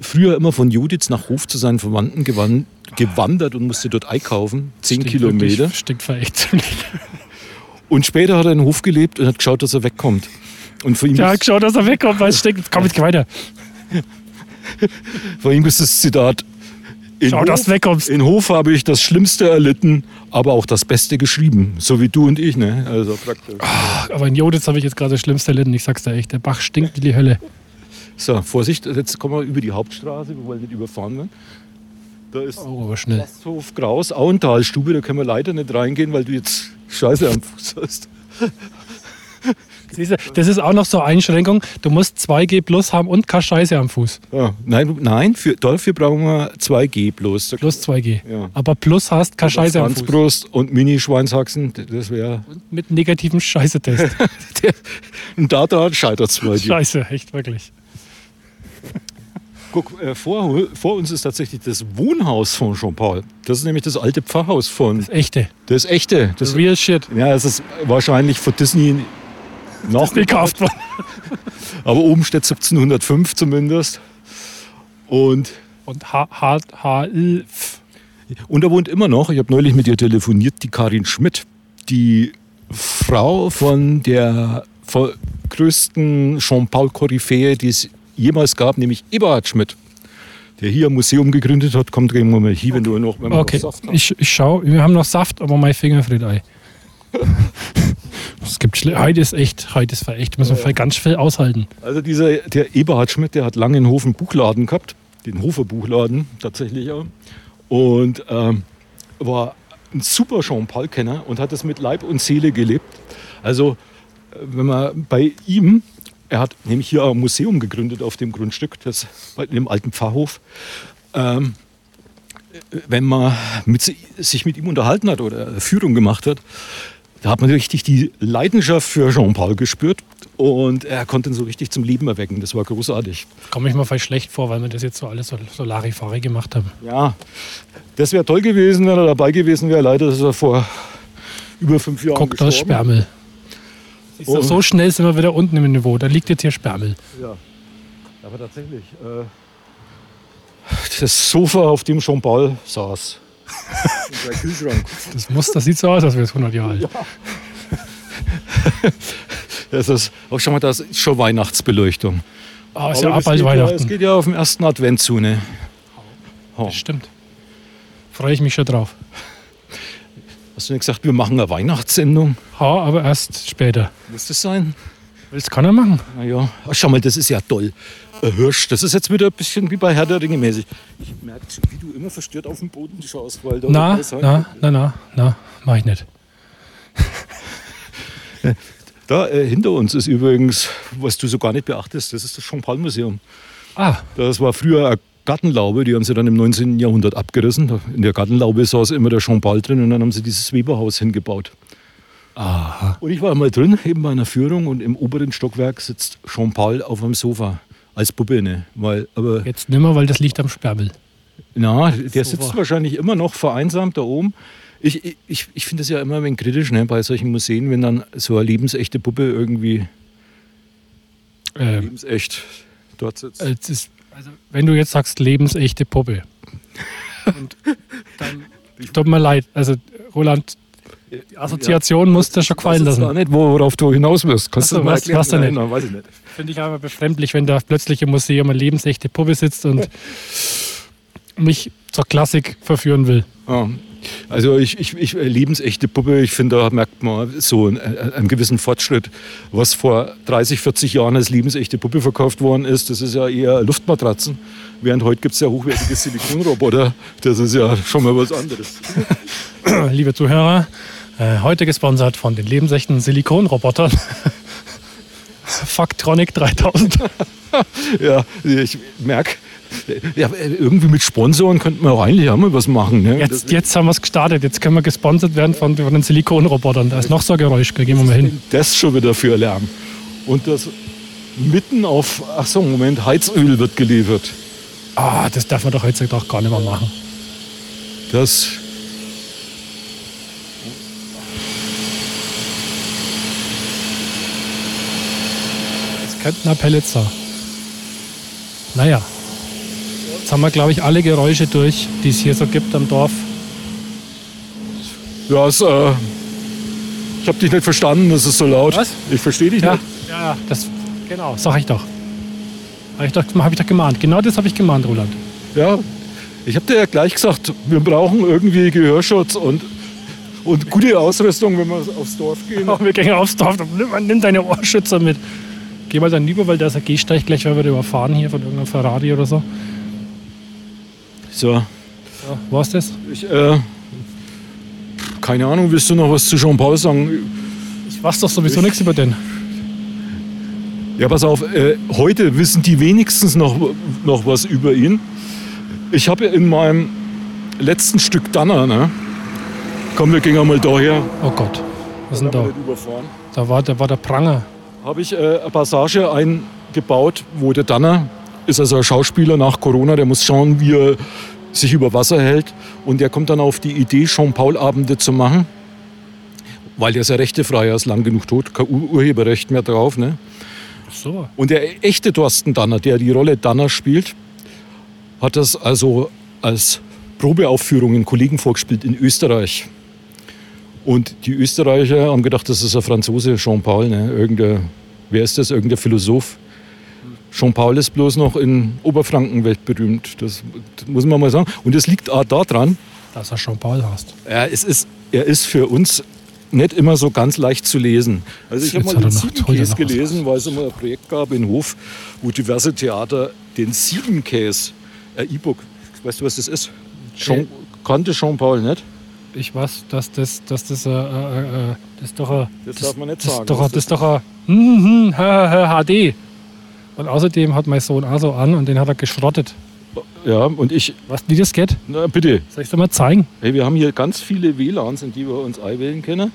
Speaker 3: früher immer von Juditz nach Hof zu seinen Verwandten gewan- gewandert und musste dort einkaufen, zehn
Speaker 2: Stinkt
Speaker 3: Kilometer.
Speaker 2: wirklich, Stinkt verächtlich.
Speaker 3: Und später hat er in den Hof gelebt und hat geschaut, dass er wegkommt. Und vor ihm,
Speaker 2: Ja,
Speaker 3: ist,
Speaker 2: schau, dass er wegkommt, weil es stinkt. Jetzt komm ich weiter.
Speaker 3: vor ihm ist das Zitat. In
Speaker 2: Schau, dass du wegkommst.
Speaker 3: In Hof habe ich das Schlimmste erlitten, aber auch das Beste geschrieben. So wie du und ich, ne? Also praktisch.
Speaker 2: Aber in Joditz habe ich jetzt gerade das Schlimmste erlitten. Ich sag's dir echt, der Bach stinkt wie die Hölle.
Speaker 3: So, Vorsicht, jetzt kommen wir über die Hauptstraße. Wir wollen nicht überfahren werden. Da ist
Speaker 2: Oh, aber schnell.
Speaker 3: Gasthof Graus, Auentalstube. Da können wir leider nicht reingehen, weil du jetzt Scheiße am Fuß hast.
Speaker 2: Siehst du, Das ist auch noch so eine Einschränkung. Du musst 2G plus haben und keine Scheiße am Fuß.
Speaker 3: Ja, nein, nein für, dafür brauchen wir 2G bloß. Da
Speaker 2: Plus 2G.
Speaker 3: Ja.
Speaker 2: Aber plus hast keine Scheiße am Fuß.
Speaker 3: Franzbrust und Mini-Schweinshaxen, das wäre
Speaker 2: Mit negativem Scheiße-Test.
Speaker 3: Der- Und da dran scheitert es bei dir.
Speaker 2: Scheiße, echt wirklich.
Speaker 3: Guck, äh, vor, vor uns ist tatsächlich das Wohnhaus von Jean-Paul. Das ist nämlich das alte Pfarrhaus von.
Speaker 2: Echte.
Speaker 3: Das echte. Das,
Speaker 2: Real shit.
Speaker 3: ja, das ist wahrscheinlich von Disney noch.
Speaker 2: Gekauft worden.
Speaker 3: Aber oben steht 1705 zumindest. Und,
Speaker 2: Und H, H, H, L, F.
Speaker 3: und da wohnt immer noch, ich habe neulich mit ihr telefoniert, die Karin Schmidt, die Frau von der von größten Jean-Paul-Koryphäe, die es jemals gab, nämlich Eberhard Schmidt. Der hier ein Museum gegründet hat, kommt irgendwann mal hier, wenn du noch, wenn wir
Speaker 2: Okay,
Speaker 3: noch Saft haben.
Speaker 2: ich, ich schau, wir haben noch Saft, aber mein Finger friert Ei. Es gibt schle- heute ist echt, heute ist verächt, müssen wir ganz schnell aushalten.
Speaker 3: Also dieser, der Eberhard Schmidt, der hat lange in Hof einen Buchladen gehabt, den Hofer Buchladen tatsächlich auch. Und ähm, war ein super Jean-Paul-Kenner und hat es mit Leib und Seele gelebt. Also äh, wenn man bei ihm, er hat nämlich hier auch ein Museum gegründet auf dem Grundstück, das bei dem alten Pfarrhof. Ähm, äh, wenn man mit, si- sich mit ihm unterhalten hat oder Führung gemacht hat, da hat man richtig die Leidenschaft für Jean-Paul gespürt und er konnte ihn so richtig zum Leben erwecken. Das war großartig.
Speaker 2: Komme ich mal vielleicht schlecht vor, weil wir das jetzt so alles so, so Larifari gemacht haben.
Speaker 3: Ja, das wäre toll gewesen, wenn er dabei gewesen wäre. Leider ist er vor über fünf Jahren
Speaker 2: Guckt aus
Speaker 3: gestorben.
Speaker 2: Spermel. Siehst du,
Speaker 3: Oh.
Speaker 2: So schnell sind wir wieder unten im Niveau. Da liegt jetzt hier Spermel.
Speaker 3: Ja, aber tatsächlich. Äh, das Sofa, auf dem Jean Paul saß.
Speaker 4: Der Kühlschrank.
Speaker 2: Das, muss, das sieht so aus, als wäre es 100 Jahre alt.
Speaker 3: Das ist auch schon mal das ist schon Weihnachtsbeleuchtung.
Speaker 2: Ah, ist ja
Speaker 3: Aber
Speaker 2: ab
Speaker 3: es
Speaker 2: als
Speaker 3: geht
Speaker 2: Weihnachten.
Speaker 3: Ja, es geht ja auf den ersten Advent zu, ne? Oh.
Speaker 2: Das stimmt. Freue ich mich schon drauf.
Speaker 3: Hast du nicht gesagt, wir machen eine Weihnachtssendung?
Speaker 2: Ha, aber erst später.
Speaker 3: Muss das sein?
Speaker 2: Das kann er machen.
Speaker 3: Naja, Ach, schau mal, das ist ja toll. Ein Hirsch, das ist jetzt wieder ein bisschen wie bei Herr der Ringe mäßig.
Speaker 4: Ich merke, wie du immer verstört auf den Boden schaust, weil
Speaker 3: Oh,
Speaker 4: da
Speaker 2: Na,
Speaker 4: das halt-
Speaker 2: na, na, na, na, mach ich nicht.
Speaker 3: Da äh, hinter uns ist übrigens, was du so gar nicht beachtest, das ist das Jean-Paul-Museum.
Speaker 2: Ah,
Speaker 3: Das war früher eine Gartenlaube, die haben sie dann im 19. Jahrhundert abgerissen. In der Gartenlaube saß immer der Jean-Paul drin und dann haben sie dieses Weberhaus hingebaut. Aha. Und ich war einmal drin, eben bei einer Führung und im oberen Stockwerk sitzt Jean-Paul auf einem Sofa. Als Puppe, ne? Weil, aber
Speaker 2: jetzt nimmer, weil das liegt am Sperrbel.
Speaker 3: Na, der sitzt
Speaker 2: Super.
Speaker 3: wahrscheinlich immer noch vereinsamt da oben. Ich, ich- ich, ich finde es ja immer ein wenig kritisch ne, bei solchen Museen, wenn dann so eine lebensechte Puppe irgendwie
Speaker 2: Ähm,
Speaker 3: lebensecht dort sitzt.
Speaker 2: Äh, Es ist, also, wenn du jetzt sagst, lebensechte Puppe. Und dann tut mir leid. Also, Roland, Also die Assoziation muss dir schon gefallen
Speaker 3: Ich weiß
Speaker 2: lassen.
Speaker 3: nicht, worauf du hinaus willst. Kannst
Speaker 2: Ach so,
Speaker 3: das mal
Speaker 2: weißt-
Speaker 3: erklären?
Speaker 2: weißt du
Speaker 3: Nein,
Speaker 2: nicht.
Speaker 3: nein, weiß ich nicht.
Speaker 2: Finde ich aber befremdlich, wenn da plötzlich im Museum eine lebensechte Puppe sitzt und mich zur Klassik verführen will.
Speaker 3: Ja. Also ich, ich, ich äh, lebensechte Puppe, ich finde, da merkt man so einen, äh, einen gewissen Fortschritt. Was vor 30, 40 Jahren als lebensechte Puppe verkauft worden ist, das ist ja eher Luftmatratzen. Während heute gibt es ja hochwertige Silikonroboter. Das ist ja schon mal was anderes.
Speaker 2: Liebe Zuhörer, äh, heute gesponsert von den lebensechten Silikonrobotern. Factronic 3000.
Speaker 3: Ja, ich merke, ja, irgendwie mit Sponsoren könnten wir auch eigentlich auch mal was machen. Ne?
Speaker 2: Jetzt, jetzt haben wir es gestartet. Jetzt können wir gesponsert werden von, von den Silikonrobotern. Da ist noch so ein Geräusch. Gehen wir mal hin.
Speaker 3: Das schon wieder für Lärm. Und das mitten auf, ach so, Moment, Heizöl wird geliefert.
Speaker 2: Ah, das darf man doch heutzutage auch gar nicht mehr machen.
Speaker 3: Das.
Speaker 2: Das könnten auch Pellets sein. Naja. Jetzt haben wir, glaube ich, alle Geräusche durch, die es hier so gibt am Dorf.
Speaker 3: Ja, es, äh, ich habe dich nicht verstanden, das ist so laut.
Speaker 2: Was?
Speaker 3: Ich verstehe dich
Speaker 2: Ja,
Speaker 3: nicht.
Speaker 2: ja, das, genau, sag ich doch. Habe ich doch, hab ich doch gemahnt. Genau das habe ich gemahnt, Roland.
Speaker 3: Ja. Ich habe dir ja gleich gesagt, wir brauchen irgendwie Gehörschutz und, und gute Ausrüstung, wenn wir aufs Dorf gehen.
Speaker 2: Oh, wir gehen aufs Dorf. Nimm, nimm deine Ohrschützer mit. Geh mal dann lieber, weil da ist ein Gehsteig. Gleich werden wir überfahren hier von irgendeinem Ferrari oder so.
Speaker 3: So,
Speaker 2: Ja. War's das?
Speaker 3: ich, äh, keine Ahnung, willst du noch was zu Jean-Paul sagen?
Speaker 2: Ich weiß doch sowieso nichts über den.
Speaker 3: Ja, pass auf, äh, heute wissen die wenigstens noch, noch was über ihn. Ich habe in meinem letzten Stück Danner, ne? Komm, wir gehen einmal daher.
Speaker 2: Oh Gott. Was ist denn da?
Speaker 4: Nicht überfahren.
Speaker 2: Da war, da war der Pranger.
Speaker 3: Habe ich äh, eine Passage eingebaut, wo der Danner ist also ein Schauspieler nach Corona, der muss schauen, wie er sich über Wasser hält. Und der kommt dann auf die Idee, Jean-Paul-Abende zu machen. Weil der ist ja rechtefreier, ist lang genug tot, kein Ur Urheberrecht mehr drauf, ne?
Speaker 2: So.
Speaker 3: Und der echte Thorsten Danner, der die Rolle Danner spielt, hat das also als Probeaufführung in Kollegen vorgespielt in Österreich. Und die Österreicher haben gedacht, das ist ein Franzose, Jean-Paul. Ne? Irgendein, wer ist das? Irgendein Philosoph. Jean-Paul ist bloß noch in Oberfranken weltberühmt. Das, das muss man mal sagen. Und das liegt auch daran,
Speaker 2: Dass er schon Paul hast.
Speaker 3: ja, es ist, er ist für uns nicht immer so ganz leicht zu lesen. Also ich habe
Speaker 2: Jetzt hat
Speaker 3: mal
Speaker 2: er
Speaker 3: den
Speaker 2: noch- holt er
Speaker 3: Ziegenkäse
Speaker 2: noch was
Speaker 3: gelesen, weil es immer ein Projekt gab in Hof, wo diverse Theater den Ziegenkäse, ein E-Book, weißt du, was das ist? Jean, kannte Jean-Paul nicht?
Speaker 2: Ich weiß, dass das, dass das, äh, äh, äh, das ist doch ein,
Speaker 3: Das darf man nicht
Speaker 2: das,
Speaker 3: sagen.
Speaker 2: Ist doch,
Speaker 3: Was
Speaker 2: das ist doch ein hm, hm, ha, ha, HD. Und außerdem hat mein Sohn auch so an und den hat er geschrottet.
Speaker 3: Ja, und ich,
Speaker 2: Was, wie das geht?
Speaker 3: na bitte,
Speaker 2: Soll ich dir mal zeigen?
Speaker 3: hey, wir haben hier ganz viele WLANs, in die wir uns einwählen können.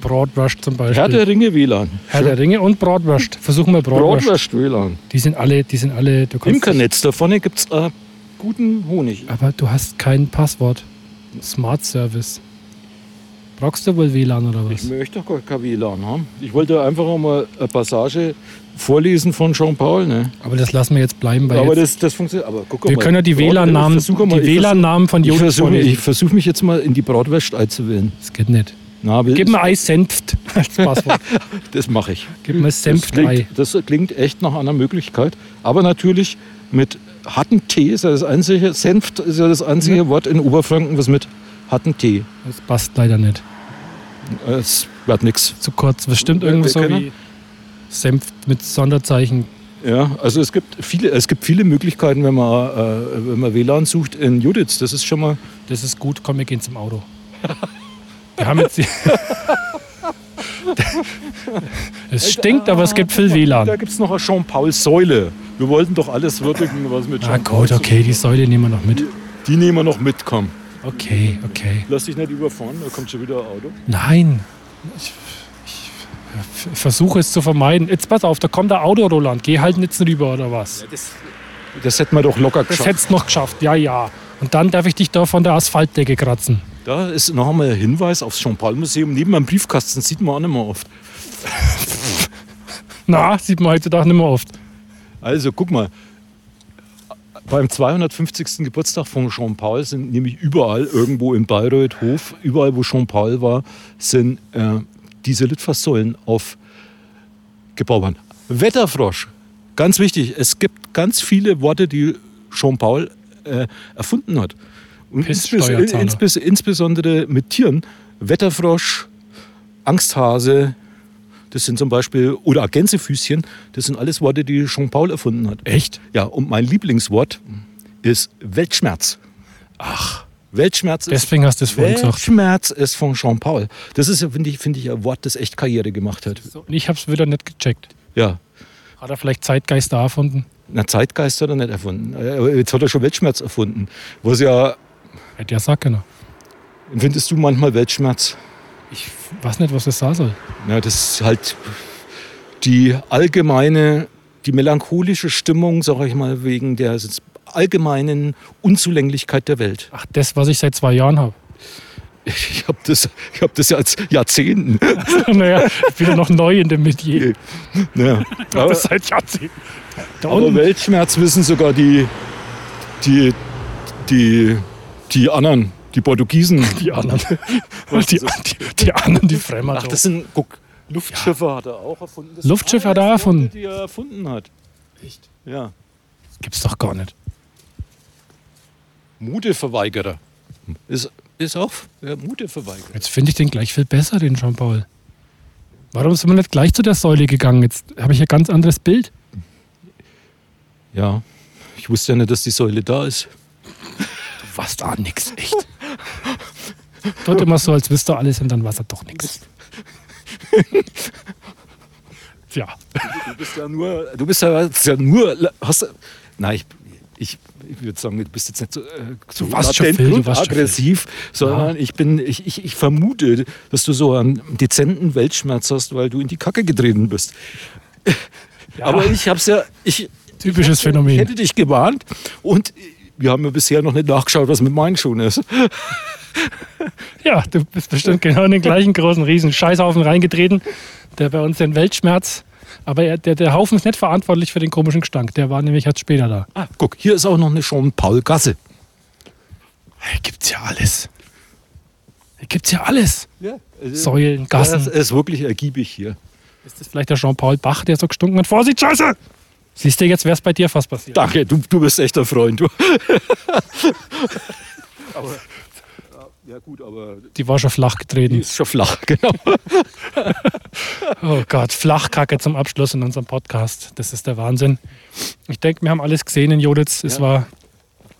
Speaker 2: Broadwurst zum
Speaker 3: Herr
Speaker 2: Beispiel.
Speaker 3: der Ringe WLAN,
Speaker 2: Herr der Ringe und Broadwurst. Versuchen wir Broadwurst.
Speaker 3: Broadwurst WLAN.
Speaker 2: Die sind alle, die sind alle, du kannst.
Speaker 3: Imkernetz, da vorne gibt es äh, guten Honig.
Speaker 2: Aber du hast kein Passwort. Smart Service. Brauchst du wohl WLAN oder
Speaker 4: Ich
Speaker 2: was?
Speaker 4: möchte doch gar kein WLAN haben. Ich wollte einfach mal eine Passage vorlesen von Jean-Paul. Ne?
Speaker 2: Aber das lassen wir jetzt bleiben, weil
Speaker 4: Aber
Speaker 2: jetzt,
Speaker 4: das, das funktioniert. Aber guck
Speaker 2: wir
Speaker 4: mal.
Speaker 2: können ja die
Speaker 4: Leute,
Speaker 2: WLAN-Namen
Speaker 4: versuch mal,
Speaker 2: die
Speaker 4: ich versuch-
Speaker 2: WLAN von
Speaker 3: Ich
Speaker 2: Jodel
Speaker 3: versuche
Speaker 2: vorlesen.
Speaker 3: ich versuch mich jetzt mal in die Bratwurst einzuwählen.
Speaker 2: Das geht nicht.
Speaker 4: Nabel,
Speaker 2: Gib mir Ei Senft als Passwort.
Speaker 4: das mache ich.
Speaker 2: Gib mir
Speaker 4: Das
Speaker 2: Senftei.
Speaker 4: klingt, das klingt echt nach einer Möglichkeit. Aber natürlich mit harten Tee ist ja das einzige, Senft ist ja das einzige Wort in Oberfranken, was mit harten Tee. äh,
Speaker 2: Das passt leider nicht.
Speaker 4: Es wird nichts.
Speaker 2: Zu kurz. Das stimmt
Speaker 4: Wir-
Speaker 2: irgendwie
Speaker 4: wir
Speaker 2: so
Speaker 4: können-
Speaker 2: wie Senft mit Sonderzeichen.
Speaker 4: Ja, also es gibt viele, es gibt viele Möglichkeiten, wenn man, äh, wenn man WLAN sucht in Judith. Das ist schon mal.
Speaker 2: Das ist gut, komm, wir gehen zum Auto. Wir haben jetzt die Es stinkt, aber es gibt viel
Speaker 3: Da
Speaker 2: WLAN.
Speaker 3: gibt es noch eine Jean-Paul-Säule. Wir wollten doch alles würdigen, was mit
Speaker 2: Ah
Speaker 3: Jean-Paul
Speaker 2: gut, okay, die Säule nehmen wir noch mit.
Speaker 3: Die nehmen wir noch mit, komm.
Speaker 2: Okay, okay.
Speaker 3: Lass dich nicht überfahren, da kommt schon wieder ein Auto.
Speaker 2: Nein. Ich, ich, ich versuche es zu vermeiden. Jetzt pass auf, da kommt der Auto, Roland. Geh halt jetzt rüber oder was?
Speaker 3: Das hätten wir doch locker
Speaker 2: Das
Speaker 3: geschafft.
Speaker 2: hättest du noch geschafft, ja, ja. Und dann darf ich dich da von der Asphaltdecke kratzen.
Speaker 3: Da ist noch einmal ein Hinweis aufs Jean-Paul-Museum. Neben einem Briefkasten sieht man auch nicht mehr oft.
Speaker 2: Na, sieht man heutzutage nicht mehr oft.
Speaker 3: Also guck mal, beim 250. Geburtstag von Jean-Paul sind nämlich überall irgendwo in Bayreuth, Hof, überall wo Jean-Paul war, sind äh, diese Litfaßsäulen aufgebaut worden. Wetterfrosch, ganz wichtig, es gibt ganz viele Worte, die Jean-Paul äh, erfunden hat. Und insbes
Speaker 2: Pisssteuerzahler.
Speaker 3: insbes insbesondere mit Tieren, Wetterfrosch, Angsthase, das sind zum Beispiel, oder Gänsefüßchen, das sind alles Worte, die Jean-Paul erfunden hat. Echt? Ja, und mein Lieblingswort ist Weltschmerz. Ach, Weltschmerz ist,
Speaker 2: Deswegen hast du es vorhin gesagt.
Speaker 3: Weltschmerz ist von Jean-Paul. Das ist, ja, finde ich, finde ich, ein Wort, das echt Karriere gemacht hat.
Speaker 2: So, und ich hab's wieder nicht gecheckt.
Speaker 3: Ja,
Speaker 2: Hat er vielleicht Zeitgeister erfunden?
Speaker 3: na, Zeitgeist hat er nicht erfunden. Äh, Jetzt hat er schon Weltschmerz erfunden. Was ja,
Speaker 2: Hätte ja sagen können.
Speaker 3: empfindest du manchmal Weltschmerz?
Speaker 2: Ich weiß nicht, was das sein soll.
Speaker 3: Ja, das ist halt die allgemeine, die melancholische Stimmung, sage ich mal, wegen der allgemeinen Unzulänglichkeit der Welt.
Speaker 2: Ach, das, was ich seit zwei Jahren habe.
Speaker 3: Ich habe das, ich hab das ja als Jahrzehnten.
Speaker 2: naja, ich bin ja noch neu in dem Metier.
Speaker 3: Ja. Aber,
Speaker 2: Das seit Jahrzehnten. Da
Speaker 3: aber
Speaker 2: unten.
Speaker 3: Weltschmerz wissen sogar die, die, die, die anderen, die Portugiesen.
Speaker 2: Die anderen. die, die, die anderen, die Fremden.
Speaker 3: Ach, das sind, guck,
Speaker 4: Luftschiffe hat er auch erfunden. Das
Speaker 2: Luftschiffe hat
Speaker 3: alles
Speaker 2: er
Speaker 3: Leute,
Speaker 2: erfunden.
Speaker 3: die er erfunden hat.
Speaker 4: Echt?
Speaker 3: Ja.
Speaker 2: Gibt's doch gar nicht.
Speaker 3: Muteverweigerer. Ist, ist auch ja, Muteverweigerer.
Speaker 2: Jetzt finde ich den gleich viel besser, den Jean-Paul. Warum sind wir nicht gleich zu der Säule gegangen? Jetzt habe ich ein ganz anderes Bild.
Speaker 3: Ja, ich wusste ja nicht, dass die Säule da ist.
Speaker 2: Du warst da nix, echt. Tut immer so, als wüsste er alles und dann war es doch nix. Tja,
Speaker 3: Du bist ja nur, du bist ja, hast ja nur, hast, nein, ich, ich, ich würde sagen, du bist jetzt nicht so, äh, so
Speaker 2: warst schon
Speaker 3: latent
Speaker 2: viel, du
Speaker 3: und
Speaker 2: warst schon
Speaker 3: aggressiv, sondern ich bin, ich, ich, ich vermute, dass du so einen dezenten Weltschmerz hast, weil du in die Kacke getreten bist. Aber ich hab's ja, ich,
Speaker 2: typisches
Speaker 3: ich
Speaker 2: Phänomen.
Speaker 3: hätte dich gewarnt und wir haben ja bisher noch nicht nachgeschaut, was mit meinen Schuhen ist.
Speaker 2: Ja, du bist bestimmt genau in den gleichen großen riesen Scheißhaufen reingetreten, der bei uns den Weltschmerz. Aber er, der, der Haufen ist nicht verantwortlich für den komischen Gestank. Der war nämlich erst später da.
Speaker 3: Ah, guck, hier ist auch noch eine Jean-Paul-Gasse.
Speaker 2: Hier gibt's ja alles. Hier gibt's ja alles.
Speaker 3: Ja,
Speaker 2: Säulen,
Speaker 3: Das
Speaker 2: Gassen.
Speaker 3: ist wirklich ergiebig hier.
Speaker 2: Ist das vielleicht der Jean-Paul Bach, der so gestunken hat? Vorsicht, Scheiße! Siehst du, jetzt wäre es bei dir fast passiert.
Speaker 3: Danke, du, du bist echter Freund. Du. ja gut, aber
Speaker 2: Die war schon flach
Speaker 3: die
Speaker 2: getreten.
Speaker 3: ist schon flach, genau.
Speaker 2: Oh Gott, Flachkacke zum Abschluss in unserem Podcast. Das ist der Wahnsinn. Ich denke, wir haben alles gesehen in Joditz. Es war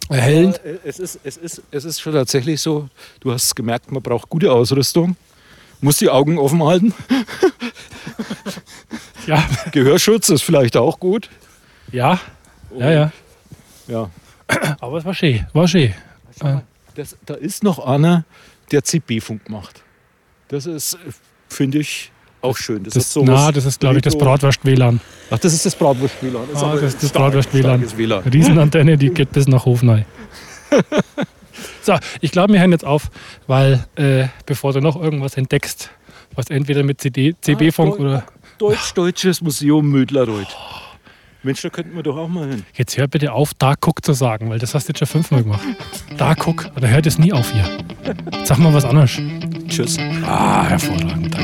Speaker 2: erhellend.
Speaker 3: Es ist, es, ist, es ist schon tatsächlich so, du hast gemerkt, man braucht gute Ausrüstung, muss die Augen offen halten,
Speaker 2: Ja,
Speaker 3: Gehörschutz ist vielleicht auch gut.
Speaker 2: ja, ja, ja.
Speaker 3: Ja.
Speaker 2: Aber es war schön, war schön. Äh,
Speaker 3: Das, da ist noch einer, der CB-Funk macht. Das ist, äh, finde ich, auch schön. Das,
Speaker 2: Das,
Speaker 3: ist sowas
Speaker 2: na, das ist, glaube ich, das
Speaker 3: Retro-
Speaker 2: Bratwurst-WLAN.
Speaker 3: Ach, das ist das Bratwurst-WLAN. ist
Speaker 2: Ah,
Speaker 3: aber
Speaker 2: das ist das
Speaker 3: stark-
Speaker 2: Bratwurst-WLAN.
Speaker 3: starkes WLAN.
Speaker 2: Riesenantenne, die geht bis nach Hofnei. So, ich glaube, wir hören jetzt auf, weil äh, bevor du noch irgendwas entdeckst, was entweder mit CD, CB-Funk oder.
Speaker 3: Deutsch-Deutsches Museum Mödlareuth. Mensch, da könnten wir doch auch mal hin.
Speaker 2: Jetzt hör bitte auf, da guck zu sagen, weil das hast du jetzt schon fünfmal gemacht. Da guck, da hört es nie auf hier. Sag mal was anderes.
Speaker 3: Tschüss.
Speaker 2: Ah, hervorragend. Danke.